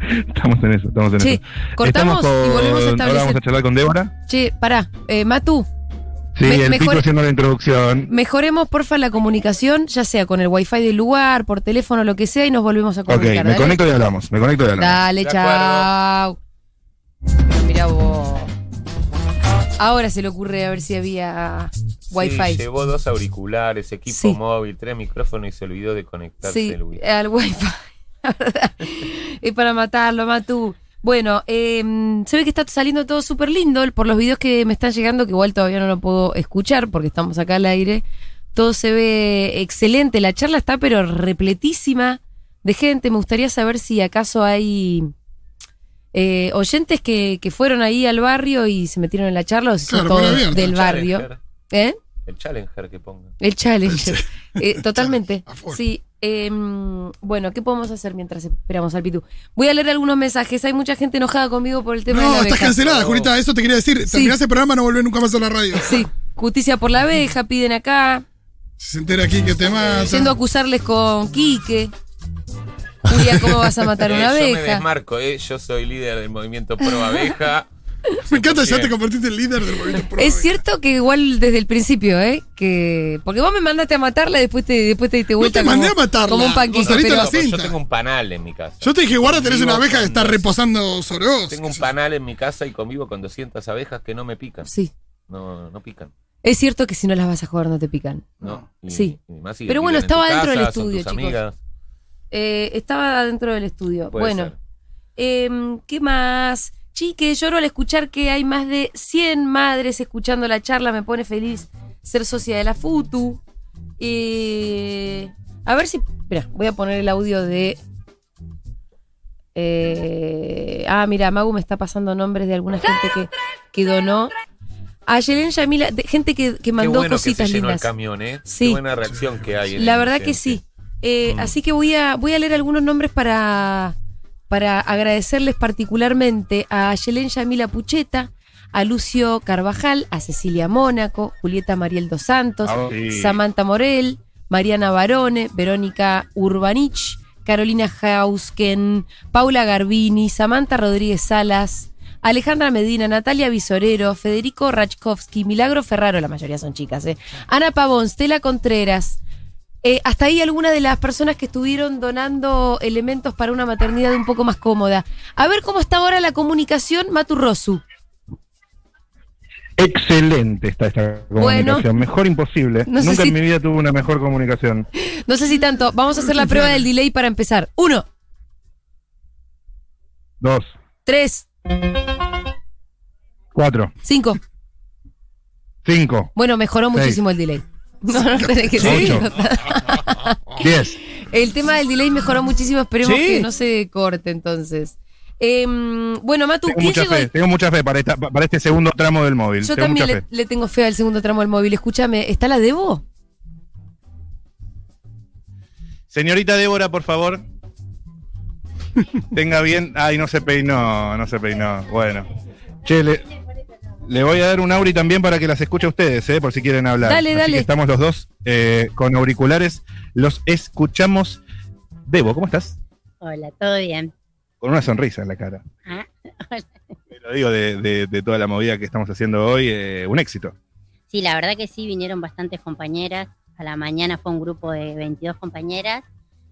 S4: Estamos en eso, estamos en
S2: Che,
S4: eso.
S2: cortamos
S4: Estamos
S2: y volvemos a
S4: con- Ahora vamos
S2: establecer.
S4: a charlar con Débora.
S2: Che, pará, eh, Matu,
S4: Sí,
S2: Me-
S4: el
S2: mejor-
S4: pico haciendo la introducción.
S2: mejoremos porfa la comunicación, ya sea con el wifi del lugar, por teléfono, lo que sea, y nos volvemos a
S4: Ok,
S2: comunicar.
S4: me
S2: dale,
S4: conecto y hablamos, me conecto y hablamos.
S2: Dale,
S3: De
S2: chao. Mirá vos. Ahora se le ocurre a ver si había wifi.
S3: Sí, llevó dos auriculares, equipo
S2: Sí.
S3: móvil, tres micrófonos y se olvidó de conectarse
S2: Sí,
S3: el Wii.
S2: al wifi. la verdad. es para matarlo, Matu. Bueno, eh, se ve que está saliendo todo súper lindo por los videos que me están llegando, que igual todavía no lo puedo escuchar porque estamos acá al aire. Todo se ve excelente, la charla está pero repletísima de gente. Me gustaría saber si acaso hay eh, oyentes que, que fueron ahí al barrio y se metieron en la charla o si son
S1: Claro, muy
S2: todos
S1: abierto.
S2: del barrio.
S3: Challenger,
S2: ¿Eh?
S3: El Challenger que ponga.
S2: El Challenger. Eh, totalmente.
S1: A full.
S2: Sí. eh, bueno, ¿qué podemos hacer mientras esperamos al Pitu? Voy a leer algunos mensajes. Hay mucha gente enojada conmigo por el tema de
S1: No,
S2: la
S1: estás
S2: abeja.
S1: cancelada, Julita, eso te quería decir.
S2: Sí.
S1: Terminás el programa, no volvés nunca más a la radio.
S2: Sí, justicia por
S1: Mm.
S2: la abeja, piden acá.
S1: Si se entera aquí que te mata.
S2: Yendo a acusarles con Quique. Julia, ¿cómo vas a matar
S3: Eh,
S2: una
S3: Yo me
S2: abeja?
S3: desmarco, eh. yo soy líder del movimiento pro abeja.
S1: Me encanta, ya te
S3: 100%.
S1: convertiste en líder del movimiento pro.
S2: Es cierto que igual desde el principio, ¿eh? Que porque vos me mandaste a matarla y después te, después te diste
S1: No
S2: vuelta
S1: te mandé a
S2: como,
S1: matarla.
S2: como un panqueque.
S1: Gonzalito,
S2: pero-
S1: la
S3: No, pues
S1: cinta.
S3: Yo tengo un panal en mi casa.
S1: Yo te dije, guarda, tenés una
S3: Vivo
S1: abeja que está
S3: con-
S1: reposando sobre vos.
S3: Tengo un panal en mi casa y convivo con 200 abejas que no me pican.
S2: Sí.
S3: No, no pican.
S2: Es cierto que si no las vas a jugar no te pican.
S3: No. Y-
S2: Sí.
S3: y más si
S2: Pero bueno,
S3: viven en tu
S2: estaba dentro del
S3: casa, son
S2: estudio,
S3: tus
S2: chicos.
S3: amigas.
S2: Eh, estaba dentro del estudio.
S3: Puede
S2: bueno.
S3: ser.
S2: Em, ¿Qué más? Chique, lloro al escuchar que hay más de 100 madres escuchando la charla. Me pone feliz ser socia de la FUTU. Eh, a ver si. Espera, voy a poner el audio de. Eh, ah, mira, Magu me está pasando nombres de alguna gente que, que donó. A Yelén Yamila, de gente que, que mandó
S3: Qué bueno
S2: cositas
S3: que se llenó
S2: lindas.
S3: el camión, ¿eh?
S2: Sí.
S3: Qué buena reacción que hay. en
S2: La
S3: el
S2: verdad que
S3: gente.
S2: sí. Eh,
S3: Mm.
S2: Así que voy a, voy a leer algunos nombres para, para agradecerles particularmente a Yelén Yamila Pucheta, a Lucio Carvajal, a Cecilia Mónaco, Julieta Mariel Dos Santos, Samantha Morel, Mariana Barone, Verónica Urbanich, Carolina Hausken, Paula Garbini, Samantha Rodríguez Salas, Alejandra Medina, Natalia Visorero, Federico Rachkovsky, Milagro Ferraro, la mayoría son chicas, ¿eh? Ana Pavón, Stella Contreras. Eh, hasta ahí algunas de las personas que estuvieron donando elementos para una maternidad un poco más cómoda. A ver cómo está ahora la comunicación, Maturrosu.
S4: Excelente está esta comunicación. mejor imposible.
S2: No sé
S4: Nunca
S2: si-
S4: en mi vida tuve una mejor comunicación.
S2: No sé si tanto. Vamos a hacer la prueba del delay para empezar. Uno,
S4: Dos,
S2: tres,
S4: cuatro,
S2: cinco.
S4: cinco,
S2: Bueno, mejoró
S4: Seis.
S2: muchísimo el delay. No, no tenés que
S4: Ocho.
S2: seguir.
S4: diez.
S2: El tema del delay mejoró muchísimo. Esperemos
S10: Sí.
S2: que no se corte entonces. Em, bueno, Matu,
S4: Tengo
S2: ¿quién
S4: mucha
S2: llegó?
S4: fe, tengo mucha fe para, esta- para este segundo tramo del móvil.
S2: Yo
S4: tengo mucha
S2: también le,
S4: fe.
S2: le tengo fe al segundo tramo del móvil. Escúchame, ¿está la Debo?
S4: Señorita Débora, por favor. Tenga bien. Ay, no se peinó, no se peinó. Bueno. Che, le, le voy a dar un Auri también para que las escuche a ustedes, eh, por si quieren hablar.
S2: Dale,
S4: Así
S2: dale.
S4: que estamos los dos eh, con auriculares. Los escuchamos. Debo, ¿cómo estás?
S11: Hola, ¿todo bien?
S4: Con una sonrisa en la cara.
S11: Ah,
S4: Te Lo digo de, de- de toda la movida que estamos haciendo hoy. eh, un éxito.
S11: Sí, la verdad que sí, vinieron bastantes compañeras. A la mañana fue un grupo de 22 compañeras.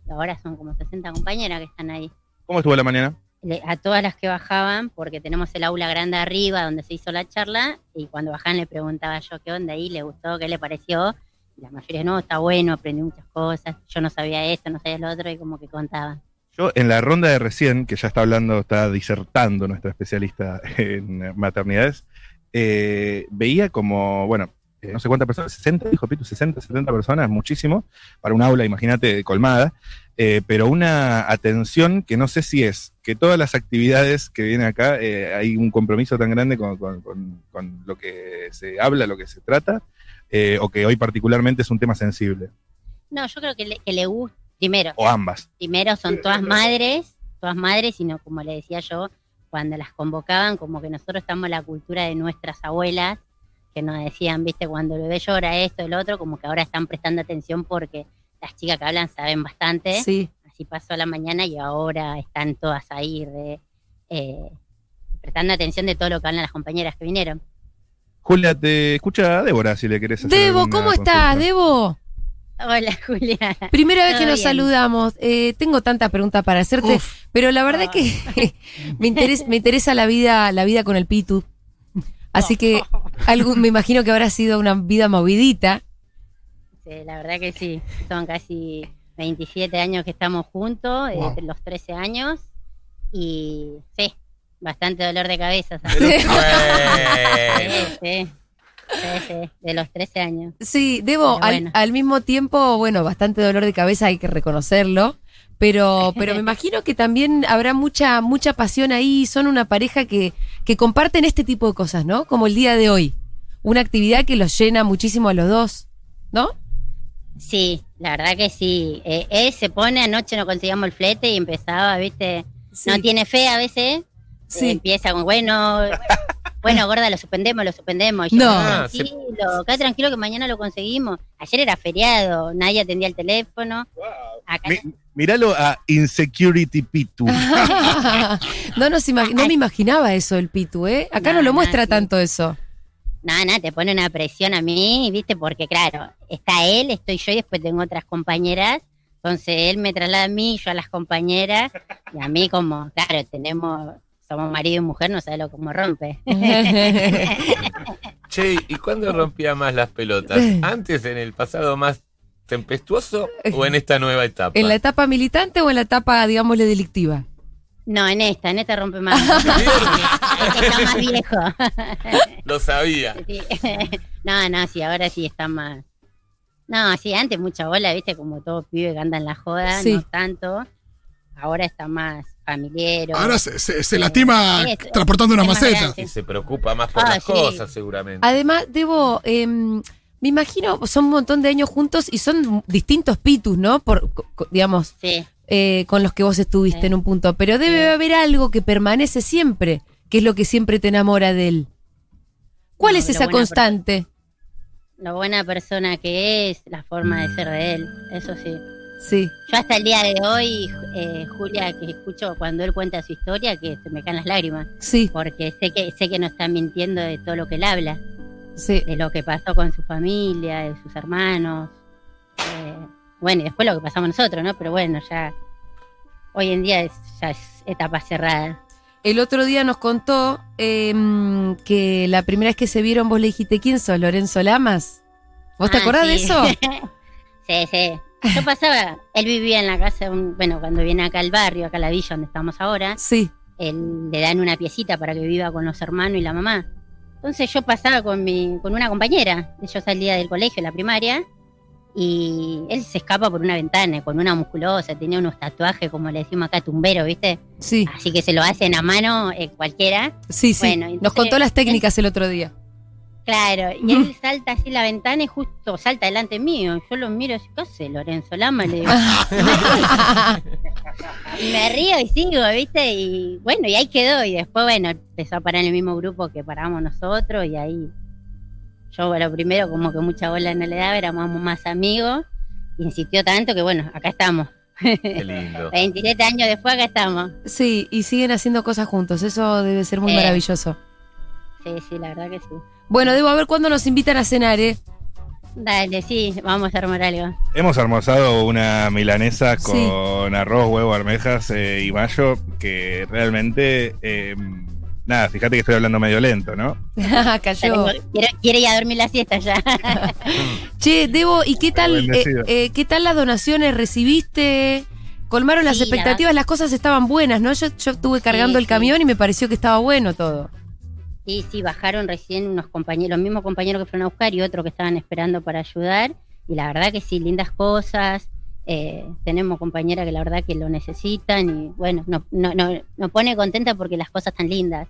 S11: y Ahora son como 60 compañeras que están ahí.
S4: ¿Cómo estuvo la mañana?
S11: Le- A todas las que bajaban, porque tenemos el aula grande arriba donde se hizo la charla, y cuando bajaban le preguntaba yo qué onda ahí, le gustó, qué le pareció. Y la mayoría no, está bueno, aprendí muchas cosas. Yo no sabía esto, no sabía lo otro, y como que contaban.
S4: Yo en la ronda de recién, que ya está hablando, está disertando nuestra especialista en maternidades, eh, veía como, bueno, eh, no sé cuántas personas, 60, dijo Pitu, 60, 70 personas, muchísimo, para un aula, imagínate, colmada, eh, pero una atención que no sé si es, que todas las actividades que vienen acá, eh, hay un compromiso tan grande con, con- con- con lo que se habla, lo que se trata, eh, o que hoy particularmente es un tema sensible,
S11: No, yo creo que le, que le gusta. Primero,
S4: o ambas.
S11: primero son todas madres, todas madres, sino como le decía yo, cuando las convocaban, como que nosotros estamos en la cultura de nuestras abuelas, que nos decían, viste, cuando el bebé llora esto, el otro, como que ahora están prestando atención porque las chicas que hablan saben bastante.
S2: Sí.
S11: Así pasó la mañana y ahora están todas ahí de, eh, prestando atención de todo lo que hablan las compañeras que vinieron.
S4: Julia, te escucha Débora si le querés hacer
S2: Debo,
S4: alguna
S2: ¿cómo estás,
S4: consulta.
S2: Debo?
S11: Hola, Julia.
S2: Primera vez
S11: Todo
S2: que nos
S11: bien.
S2: saludamos. Eh, tengo tantas preguntas para hacerte, pero la
S11: Ah.
S2: verdad que me interesa, me interesa la vida, la vida con el Pitu. Así que algún, me imagino que habrá sido una vida movidita.
S11: Sí, la verdad que sí. Son casi 27 años que estamos juntos, eh, los 13 años. Y sí, bastante dolor de cabeza. ¿sabes?
S3: Bueno.
S11: Sí, sí, sí, sí, de los 13 años.
S2: Sí, Debo,
S11: Pero
S2: al-
S11: bueno.
S2: al, mismo tiempo, bueno, bastante dolor de cabeza, hay que reconocerlo. Pero, pero me imagino que también habrá mucha, mucha pasión ahí. Son una pareja que, que comparten este tipo de cosas, ¿no? Como el día de hoy. Una actividad que los llena muchísimo a los dos, ¿no?
S11: Sí, la verdad que sí. Eh, él se pone, anoche no conseguíamos el flete y empezaba, viste, no tiene fe a veces. eh,
S2: Sí.
S11: Empieza con, bueno, bueno, gorda, lo suspendemos, lo suspendemos. Y yo,
S2: No.
S11: "Quedá tranquilo, quedá tranquilo que mañana lo conseguimos. Ayer era feriado, nadie atendía el teléfono. Acá
S4: Mi- Míralo a Insecurity Pitu.
S2: Ah. no, nos imag- no me imaginaba eso el Pitu, ¿eh? Acá no,
S11: No,
S2: lo
S11: no,
S2: muestra
S11: sí.
S2: tanto eso.
S11: nada, nada, te pone una presión a mí, ¿viste? Porque claro, está él, estoy yo y después tengo otras compañeras. Entonces él me traslada a mí, yo a las compañeras. Y a mí como, claro, tenemos, somos marido y mujer, no sabes lo como rompe.
S3: Che, ¿y cuándo rompía más las pelotas? ¿Antes en el pasado más tempestuoso o en esta nueva etapa?
S2: ¿En la etapa militante o en la etapa, digámosle, delictiva?
S11: No, en este. esta, en esta rompe más. Es que está más viejo.
S3: Lo sabía.
S11: Sí. No, no, sí, ahora sí está más. No, sí, antes mucha bola, viste, como todo pibe que anda en la joda,
S2: Sí.
S11: no tanto. Ahora está más familiar.
S1: Ahora se, se- se lastima
S11: Sí, es-
S1: transportando una
S11: es más
S1: maceta.
S11: grande.
S3: Y se preocupa más por
S11: Ah,
S3: las
S11: sí.
S3: cosas, seguramente.
S2: Además, Debo, em, me imagino, son un montón de años juntos y son distintos pitus, ¿no? Por, co- co- digamos,
S11: Sí.
S2: eh, con los que vos estuviste
S11: Sí.
S2: en un punto. Pero debe
S11: Sí.
S2: haber algo que permanece siempre, que es lo que siempre te enamora de él. ¿Cuál
S11: No,
S2: es
S11: lo
S2: esa
S11: buena
S2: constante?
S1: Mm.
S11: lo buena persona que es, la forma de ser de él, eso sí.
S2: Sí.
S11: Yo hasta el día de hoy, eh, Julia, que escucho cuando él cuenta su historia, que se me caen las lágrimas,
S2: Sí,
S11: porque sé que sé que no está mintiendo de todo lo que él habla,
S2: sí.
S11: de lo que pasó con su familia, de sus hermanos, eh, bueno, y después lo que pasamos nosotros, ¿no? Pero bueno, ya hoy en día es, ya es etapa cerrada.
S2: El otro día nos contó em, que la primera vez que se vieron vos le dijiste, ¿quién sos? Lorenzo Lamas. ¿Vos te
S11: Ah,
S2: acordás de
S11: sí.
S2: eso?
S11: sí, sí. Yo pasaba, él vivía en la casa, de un- bueno, cuando viene acá al barrio, acá a la villa donde estamos ahora,
S2: Sí,
S11: él- le dan una piecita para que viva con los hermanos y la mamá. Entonces yo pasaba con mi, con una compañera, yo salía del colegio, de la primaria, y él se escapa por una ventana con una musculosa, tenía unos tatuajes, como le decimos acá, tumbero, ¿viste?
S2: sí,
S11: Así que se lo hacen a mano eh, cualquiera.
S2: sí, sí.
S11: Bueno,
S2: nos
S11: entonces- ¿eh?
S2: contó las técnicas el otro día.
S11: Claro, y él
S2: Mm.
S11: salta así la ventana y justo salta delante mío. Yo lo miro y digo, ¿qué hace Lorenzo Lama? Le digo, Y me río y sigo, ¿viste? Y bueno, y ahí quedó. Y después, bueno, empezó a parar en el mismo grupo que paramos nosotros. Y ahí yo, bueno, primero como que mucha bola no le daba, éramos más amigos. Insistió tanto que, bueno, acá estamos.
S9: Qué lindo.
S11: 27 años después, acá estamos.
S2: sí, y siguen haciendo cosas juntos. Eso debe ser muy
S11: Sí.
S2: maravilloso.
S11: Sí, sí, la verdad que sí.
S2: Bueno, debo a ver cuándo nos invitan a cenar, ¿eh?
S11: Dale, sí, vamos a armar algo.
S4: Hemos almorzado una milanesa con
S2: Sí.
S4: arroz, huevo, armejas eh, y mayo que realmente... eh, nada, fíjate que estoy hablando medio lento, ¿no?
S2: Cayó.
S11: Quiero, quiere ir a dormir la siesta ya.
S2: Che, Debo, ¿y qué tal, eh,
S4: Bendecido.
S2: eh, qué tal las donaciones recibiste? Colmaron las
S11: Sí, la
S2: expectativas, las cosas estaban buenas, ¿no? Yo, yo estuve
S11: Sí,
S2: cargando el
S11: sí.
S2: camión y me pareció que estaba bueno todo.
S11: Sí, sí, bajaron recién unos compañeros, los mismos compañeros que fueron a buscar y otros que estaban esperando para ayudar. Y la verdad que sí, lindas cosas. Eh, tenemos compañeras que la verdad que lo necesitan y bueno, nos no, no, nos pone contenta porque las cosas están lindas.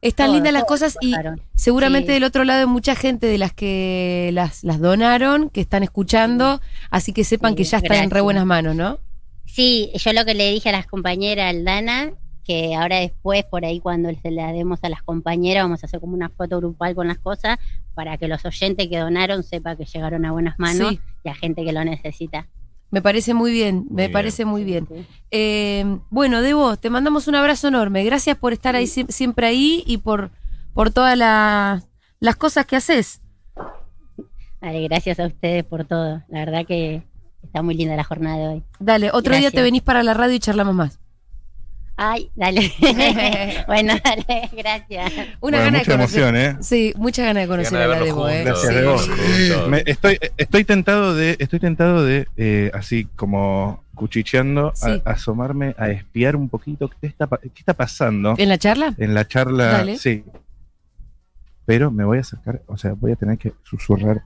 S2: Están
S11: Todo,
S2: lindas las
S11: todo
S2: cosas y
S11: bajaron.
S2: seguramente
S11: Sí.
S2: del otro lado hay mucha gente de las que las, las donaron, que están escuchando, así que sepan
S11: Sí,
S2: que ya están en re
S11: gracias.
S2: buenas manos, ¿no?
S11: Sí, yo lo que le dije a las compañeras, Aldana, que ahora después, por ahí cuando se la demos a las compañeras, vamos a hacer como una foto grupal con las cosas para que los oyentes que donaron sepa que llegaron a buenas manos
S2: Sí.
S11: y a gente que lo necesita.
S2: Me parece muy bien, me
S4: bien.
S2: parece muy bien.
S11: Sí.
S2: Eh, bueno, Debo, te mandamos un abrazo enorme. Gracias por estar ahí sie- siempre ahí y por, por todas la- las cosas que haces.
S11: Dale, gracias a ustedes por todo. La verdad que está muy linda la jornada de hoy.
S2: Dale, otro día
S11: Gracias.
S2: te venís para la radio y charlamos más.
S11: Ay, dale. bueno, dale, gracias.
S2: Una
S4: Bueno,
S2: gana
S4: mucha
S2: de conocer.
S4: emoción, ¿eh?
S2: Sí, mucha gana de conocer
S9: Qué
S2: a
S9: ganas
S2: la
S9: de
S2: Debo,
S9: vernos
S2: ¿eh?
S9: juntos.
S4: Gracias, Debo.
S9: Juntos.
S4: Me- estoy, estoy tentado de, estoy tentado de eh, así como cuchicheando, a-
S2: Sí.
S4: asomarme a espiar un poquito qué está, pa- qué está pasando
S2: ¿En la charla?
S4: en la charla.
S2: Dale.
S4: Sí. Pero me voy a acercar, o sea, voy a tener que susurrar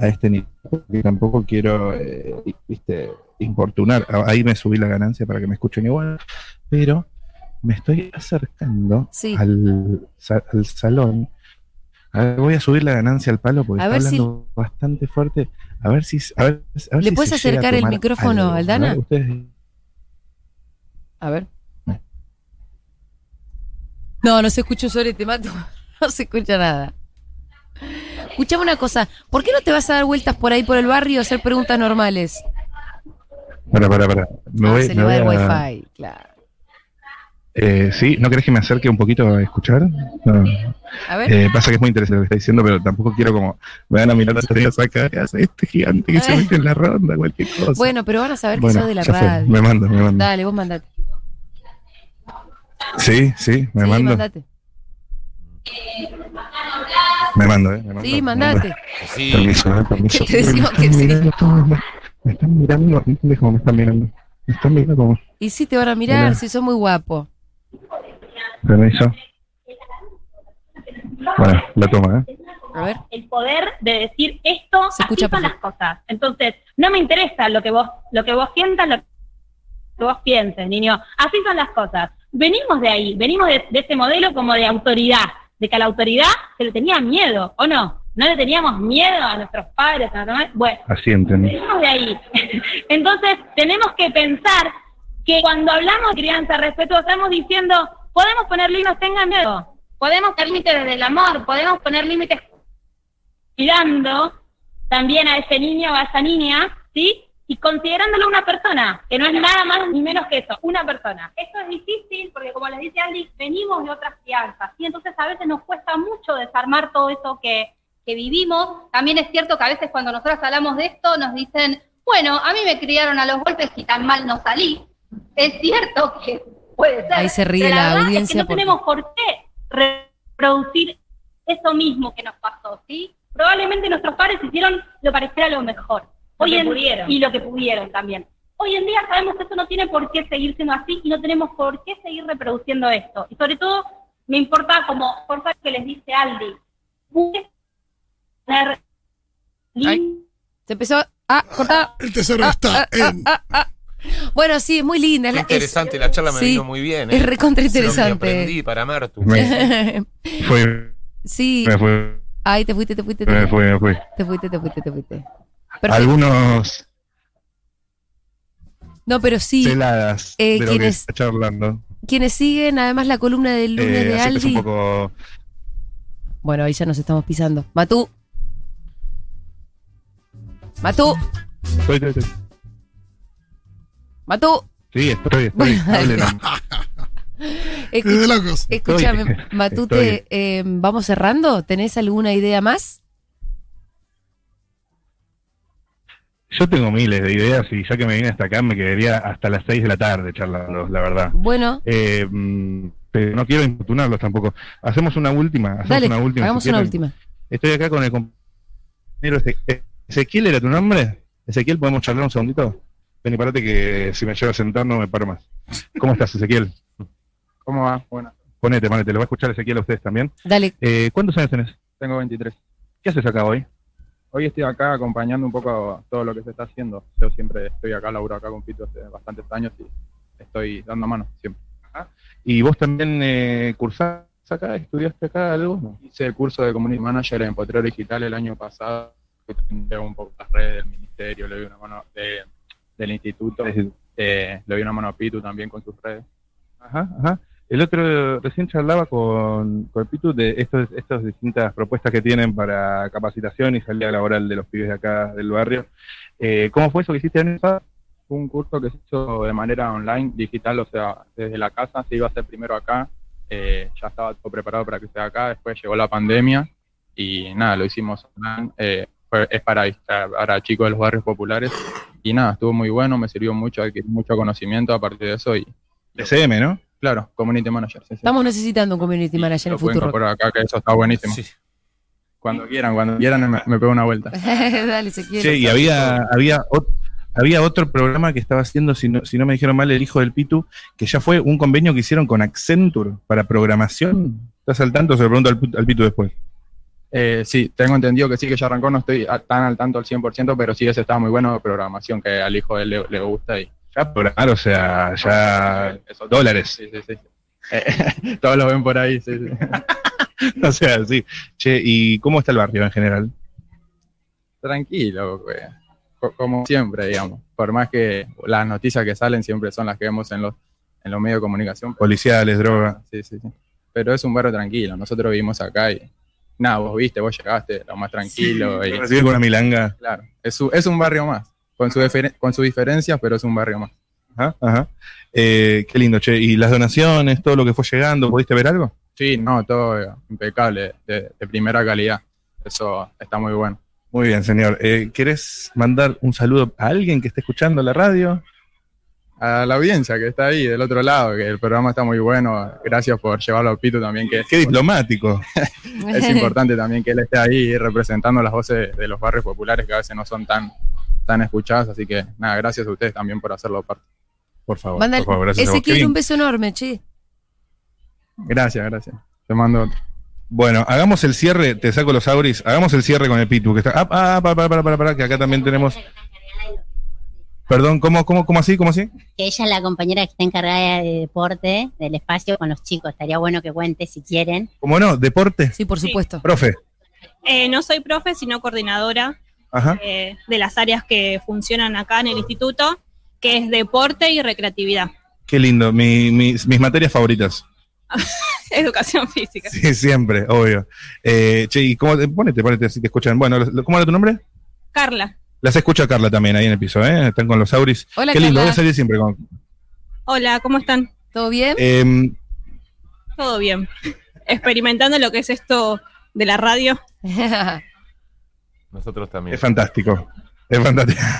S4: a este niño, porque tampoco quiero, eh, viste, importunar. A- Ahí me subí la ganancia para que me escuchen igual, pero me estoy acercando
S2: Sí.
S4: al, sa- al salón. A ver, voy a subir la ganancia al palo porque
S2: A
S4: está
S2: ver si-
S4: hablando bastante fuerte. A ver si. A ver, a ver
S2: ¿Le
S4: si
S2: puedes
S4: se llega a
S2: acercar el
S4: tomar
S2: micrófono,
S4: algo. A
S2: Aldana?
S4: ver, ustedes-
S2: A ver.
S4: Eh.
S2: No, no se escucha un sorete, mato. No se escucha nada. Escuchame una cosa. ¿Por qué no te vas a dar vueltas por ahí por el barrio a hacer preguntas normales?
S4: Pará, pará, pará. Me
S2: Ah,
S4: voy,
S2: se le
S4: me
S2: va
S4: voy
S2: el
S4: a-
S2: wifi, claro.
S4: Eh, sí, ¿no crees que me acerque un poquito a escuchar? No.
S2: A ver.
S4: Eh, pasa que es muy interesante lo que está diciendo, pero tampoco quiero como me van a mirar las orejas acá, ¿qué hace este gigante que se mete en la ronda? Cualquier cosa.
S2: bueno, pero van a saber
S4: Bueno,
S2: que sos de la
S4: ya fue,
S2: radio.
S4: Me mando, me mando.
S2: Dale, vos mandate.
S4: Sí, sí, me
S2: sí,
S4: mando.
S2: mandate.
S4: Me mando, eh. me mando,
S2: Sí,
S4: me
S2: mandate.
S9: Sí,
S4: Permiso, eh, permiso.
S2: Te decimos
S4: me
S2: que
S4: están
S2: sí.
S4: mirando todos, me, me están mirando, no entiendes cómo me están mirando. Me están mirando como
S2: Y sí, te van a mirar
S4: Hola.
S2: si sos muy guapo.
S4: permiso. Bueno, la toma, eh.
S2: A ver.
S12: el poder de decir esto
S2: Se
S12: así
S2: escucha
S12: son las cosas. Entonces, no me interesa lo que vos, lo que vos sientas, lo que vos pienses, niño. Así son las cosas. Venimos de ahí, venimos de, de ese modelo como de autoridad, de que a la autoridad se le tenía miedo, ¿o no? No le teníamos miedo a nuestros padres, a nuestra- bueno,
S4: Así entendí.
S12: venimos de ahí. Entonces, tenemos que pensar que cuando hablamos de crianza respetuosa, estamos diciendo, podemos poner límites, tengan miedo, podemos poner límites desde el amor, podemos poner límites cuidando también a ese niño o a esa niña, ¿sí? y considerándolo una persona, que no es nada más ni menos que eso, una persona. Esto es difícil porque, como les dice Andy, venimos de otras crianzas y entonces a veces nos cuesta mucho desarmar todo eso que, que vivimos. También es cierto que a veces cuando nosotras hablamos de esto nos dicen, bueno, a mí me criaron a los golpes y tan mal no salí. Es cierto que puede ser.
S2: Ahí se ríe
S12: pero
S2: la
S12: verdad Es que
S2: audiencia
S12: no
S2: porque-
S12: tenemos por qué reproducir eso mismo que nos pasó, ¿sí? Probablemente nuestros padres hicieron lo pareciera lo mejor.
S8: Lo
S12: Hoy
S8: que
S12: en,
S8: pudieron.
S12: Y lo que pudieron también. Hoy en día sabemos que eso no tiene por qué seguir siendo así y no tenemos por qué seguir reproduciendo esto. Y sobre todo, me importa como cosa que les dice Aldi. busquen tener
S2: Ay, se empezó a cortar.
S1: Ah,
S2: Ah,
S1: El tesoro está en-
S2: Bueno, sí, es muy linda.
S3: Qué
S2: la- es-
S3: interesante, la charla me
S2: sí.
S3: vino muy bien. ¿eh?
S2: es recontra
S3: Lo que
S2: interesante.
S3: aprendí para Martu.
S4: Fue,
S2: sí.
S4: me fue,
S2: Ay, te fuiste, te fuiste. Te
S4: me
S2: fuiste,
S4: fue, me fue.
S2: te fuiste, te fuiste. te fuiste. Perfecto.
S4: Algunos
S2: No, pero sí.
S4: celadas
S2: Eh,
S4: de lo que
S2: quienes-
S4: está charlando.
S2: Quienes siguen, además, la columna del lunes
S4: Eh,
S2: de
S4: así que es
S2: Aldi.
S4: un poco
S2: Bueno, ahí ya nos estamos pisando. Matú. Matú,
S4: Estoy, estoy, estoy.
S2: Matú.
S4: Sí, estoy, estoy.
S2: Bueno, dale.
S4: Hablen.
S2: Escuch-
S1: de locos.
S2: Escúchame,
S4: Estoy.
S2: Matute, eh, vamos cerrando. ¿Tenés alguna idea más?
S4: Yo tengo miles de ideas y ya que me vine hasta acá me quedaría hasta las 6 de la tarde charlando, la verdad.
S2: Bueno,
S4: Eh, mm, pero no quiero importunarlos tampoco. Hacemos una última, hacemos
S2: dale,
S4: una última.
S2: hagamos
S4: si
S2: una
S4: quieren.
S2: última.
S4: Estoy acá con el compañero Eze- eh, Ezequiel, ¿era tu nombre? Ezequiel, ¿podemos charlar un segundito? Ven y parate que si me llevo a sentar no me paro más. ¿Cómo estás, Ezequiel?
S9: ¿Cómo va? Bueno,
S4: Ponete, ponete, lo va a escuchar Ezequiel a ustedes también.
S2: Dale,
S4: Eh, ¿Cuántos años tenés?
S9: tengo 23.
S4: ¿Qué haces acá hoy?
S9: Hoy estoy acá acompañando un poco a todo lo que se está haciendo. Yo siempre estoy acá, laburo acá con Pito hace bastantes años y estoy dando mano siempre.
S4: ¿Y vos también eh, cursás acá? ¿Estudiaste acá algo? No.
S9: Hice el curso de Community Manager en Potrero Digital el año pasado. Tengo un poco las redes del ministerio, le doy una mano de- del instituto, eh, le doy una mano a Pitu también con sus redes.
S4: Ajá, ajá. El otro, recién charlaba con, con Pitu de estos, estas distintas propuestas que tienen para capacitación y salida laboral de los pibes de acá del barrio. Eh, ¿Cómo fue eso que hiciste el año pasado?
S9: Fue un curso que se hizo de manera online, digital, o sea, desde la casa, se iba a hacer primero acá, eh, ya estaba todo preparado para que sea acá, después llegó la pandemia y nada, lo hicimos online, eh, fue- es para, para chicos de los barrios populares y nada, estuvo muy bueno, me sirvió mucho, adquirí mucho conocimiento a partir de eso y
S4: SM, ¿no?
S9: claro, community manager, sí, sí.
S2: estamos necesitando un community manager en
S9: Lo
S2: el
S9: pueden
S2: futuro.
S9: incorporar acá, que eso está buenísimo.
S3: Sí.
S9: Cuando quieran, cuando quieran me, me pego una vuelta.
S2: Dale, se
S4: Sí, y había, había, ot- había otro programa que estaba haciendo, si no, si no me dijeron mal, el hijo del Pitu, que ya fue un convenio que hicieron con Accenture para programación. ¿Estás al tanto? Se lo pregunto al, Put- al Pitu después.
S9: Eh, sí, tengo entendido que sí, que ya arrancó, no estoy a- tan al tanto al 100%, pero sí, ese estaba muy bueno de programación, que al hijo de él le, le gusta y...
S4: Ya programar, o sea, ya
S9: Eso-
S4: dólares.
S9: Sí, sí, sí. Eh, todos lo ven por ahí, sí, sí.
S4: o sea, sí. Che, ¿y cómo está el barrio en general?
S9: Tranquilo, güey. Co- como siempre, digamos. Por más que las noticias que salen siempre son las que vemos en los, en los medios de comunicación. pero-
S4: Policiales, droga.
S9: Sí, sí, sí. Pero es un barrio tranquilo, nosotros vivimos acá y... Nada, vos viste, vos llegaste, lo más tranquilo y...
S4: Te reciben con una milanga.
S9: Claro, es, un- es un barrio más, con, su diferen- con sus diferencias, pero es un barrio más.
S4: Ajá, ajá. Eh, qué lindo, che. ¿Y las donaciones, todo lo que fue llegando, pudiste ver algo?
S9: Sí, no, todo eh, impecable, de, de primera calidad. Eso está muy bueno.
S4: Muy bien, señor. Eh, ¿Querés mandar un saludo a alguien que esté escuchando la radio?
S9: A la audiencia que está ahí del otro lado, que el programa está muy bueno. Gracias por llevarlo a Pito también, que
S4: Qué diplomático.
S9: es importante también que él esté ahí representando las voces de los barrios populares que a veces no son tan, tan escuchadas. Así que nada, gracias a ustedes también por hacerlo parte.
S4: Por favor,
S2: Manda-
S4: por favor, gracias a vos. Qué
S2: Ezequiel,
S4: bien.
S2: un beso enorme, che.
S9: Gracias, gracias. Te mando otro.
S4: Bueno, hagamos el cierre, te saco los auris, hagamos el cierre con el Pitu, que está... Ah, ah, para, para, para, para, para, que acá también tenemos... Perdón, ¿cómo, cómo, cómo así, cómo así?
S11: Que ella es la compañera que está encargada de deporte, del espacio con los chicos. Estaría bueno que cuente si quieren.
S4: ¿Cómo no? Deporte,
S2: Sí, por supuesto.
S4: profe.
S13: Eh, no soy profe, sino coordinadora
S4: Ajá.
S13: eh, de las áreas que funcionan acá en el instituto, que es deporte y recreatividad,
S4: Qué lindo, mi- mis, mis materias favoritas.
S13: educación física.
S4: Sí, siempre, obvio. Eh, che, ¿y cómo te, ponete, ponete, si te escuchan? Bueno, lo- ¿cómo era tu nombre?
S13: Carla,
S4: Las escucha Carla también ahí en el piso, ¿eh? Están con los auris.
S13: Hola,
S4: Qué lindo,
S13: Carla.
S4: voy a salir siempre con.
S13: Hola, ¿cómo están?
S2: ¿Todo bien?
S4: Em,
S13: Todo bien. Experimentando lo que es esto de la radio.
S3: Nosotros también.
S4: es fantástico. Es fantástico.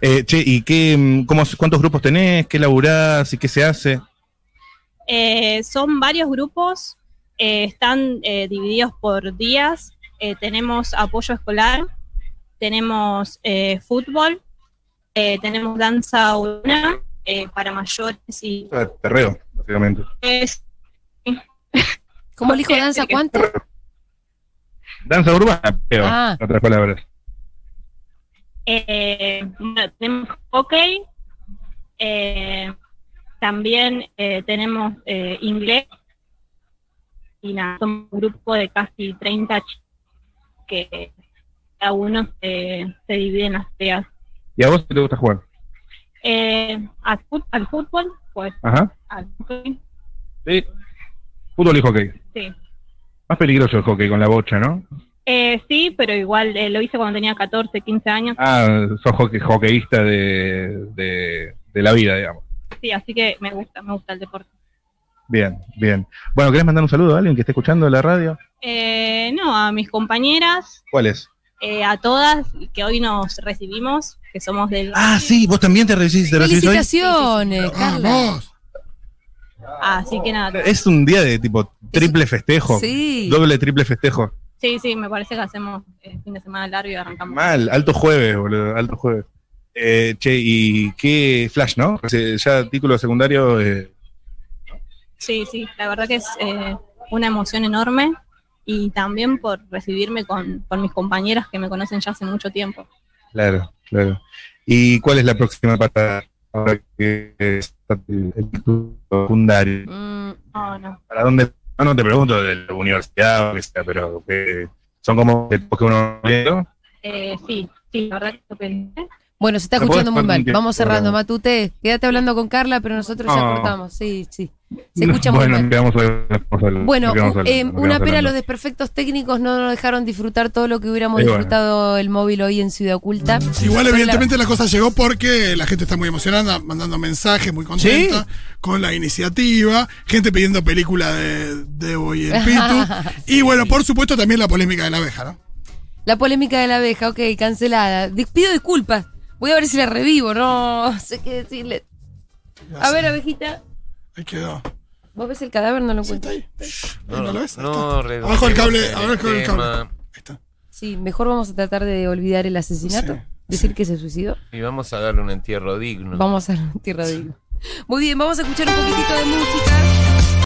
S4: Eh, che, ¿y qué, mm, cómo- cuántos grupos tenés? ¿Qué laburás? ¿Y qué se hace?
S13: Eh, son varios grupos, eh, están eh, divididos por días. Eh, tenemos apoyo escolar, tenemos eh, fútbol, eh, tenemos danza una para mayores y
S4: O sea, Terreo, Ah, básicamente.
S13: es
S2: ¿Cómo elijo danza cuánto?
S4: Danza urbana, creo,
S13: Ah.
S4: en otras palabras.
S12: Eh, bueno, tenemos hockey, eh, también eh, tenemos eh, inglés, y nada, somos un grupo de casi 30 chicos que a uno se, se dividen las tareas.
S4: ¿Y a vos qué te gusta jugar?
S12: Eh, al, fut- al fútbol, pues
S4: Ajá.
S12: al hockey,
S4: Sí. Fútbol y hockey.
S12: sí.
S4: Más peligroso el hockey con la bocha, ¿no?
S12: Eh, sí, pero igual eh, lo hice cuando tenía 14, 15 años,
S4: Ah, sos hockey, hockeyista de, de, de la vida, digamos.
S12: sí, así que me gusta, me gusta el deporte.
S4: Bien, bien. Bueno, ¿querés mandar un saludo a alguien que esté escuchando la radio?
S13: Eh, no, a mis compañeras,
S4: ¿Cuál es?
S13: eh, a todas que hoy nos recibimos, que somos del...
S4: Ah, sí, vos también te recibís, te recibís hoy.
S2: Felicitaciones, Carla.
S13: Así que nada.
S4: Es un día de tipo triple festejo.
S13: Sí.
S4: Doble triple festejo.
S13: Sí, sí, me parece que hacemos eh, fin de semana largo y arrancamos.
S4: Mal, alto jueves, boludo, alto jueves. Eh, che, y qué flash, ¿no? Se- Ya título secundario. eh,
S13: Sí, sí, la verdad que es eh, una emoción enorme y también por recibirme con, con mis compañeras que me conocen ya hace mucho tiempo.
S4: claro, claro. ¿Y cuál es la próxima pata ahora que está el título secundario?
S2: Mm.
S13: No, no.
S4: ¿Para dónde? No, no te pregunto de la universidad o que sea, pero eh, son como que uno ve, ¿no?
S12: Eh, sí, sí, la verdad que lo pensé.
S2: Bueno, se está
S4: ¿Me
S2: escuchando muy
S4: podés poner
S2: mal.
S4: un tiempo
S2: Vamos cerrando,
S4: ahora?
S2: Matute. Quédate hablando con Carla, pero nosotros ya
S4: No.
S2: cortamos. Sí, sí. Se escucha muy
S4: Ah. bueno,
S2: mal.
S4: quedamos hablando,
S2: Bueno,
S4: quedamos hablando,
S2: eh,
S4: quedamos
S2: una pena
S4: hablando.
S2: los desperfectos técnicos no nos dejaron disfrutar todo lo que hubiéramos
S4: Y bueno.
S2: disfrutado el móvil hoy en Ciudad Oculta.
S1: Igual,
S2: Pero
S1: evidentemente, la cosa llegó porque la gente está muy emocionada, mandando mensajes, muy contenta con la iniciativa, gente pidiendo película de Debo y el Pitu. y bueno, por supuesto, también la polémica de la abeja, ¿no?
S2: La polémica de la abeja, ok, cancelada. Dis- Pido disculpas. Voy a ver si la revivo, no sé qué decirle. A ver, abejita,
S1: Ahí quedó.
S2: ¿vos ves el cadáver? No lo encuentro.
S1: Ahí no lo ves, ahí
S3: no
S1: está.
S3: redondeemos
S1: Abajo el cable,
S3: el
S1: abajo el cable.
S3: tema.
S2: Sí, mejor vamos a tratar de olvidar el asesinato.
S1: Sí,
S2: Decir que se suicidó.
S3: Y vamos a darle un entierro digno.
S2: Vamos a tierra de Muy bien, vamos a escuchar un poquitito de música.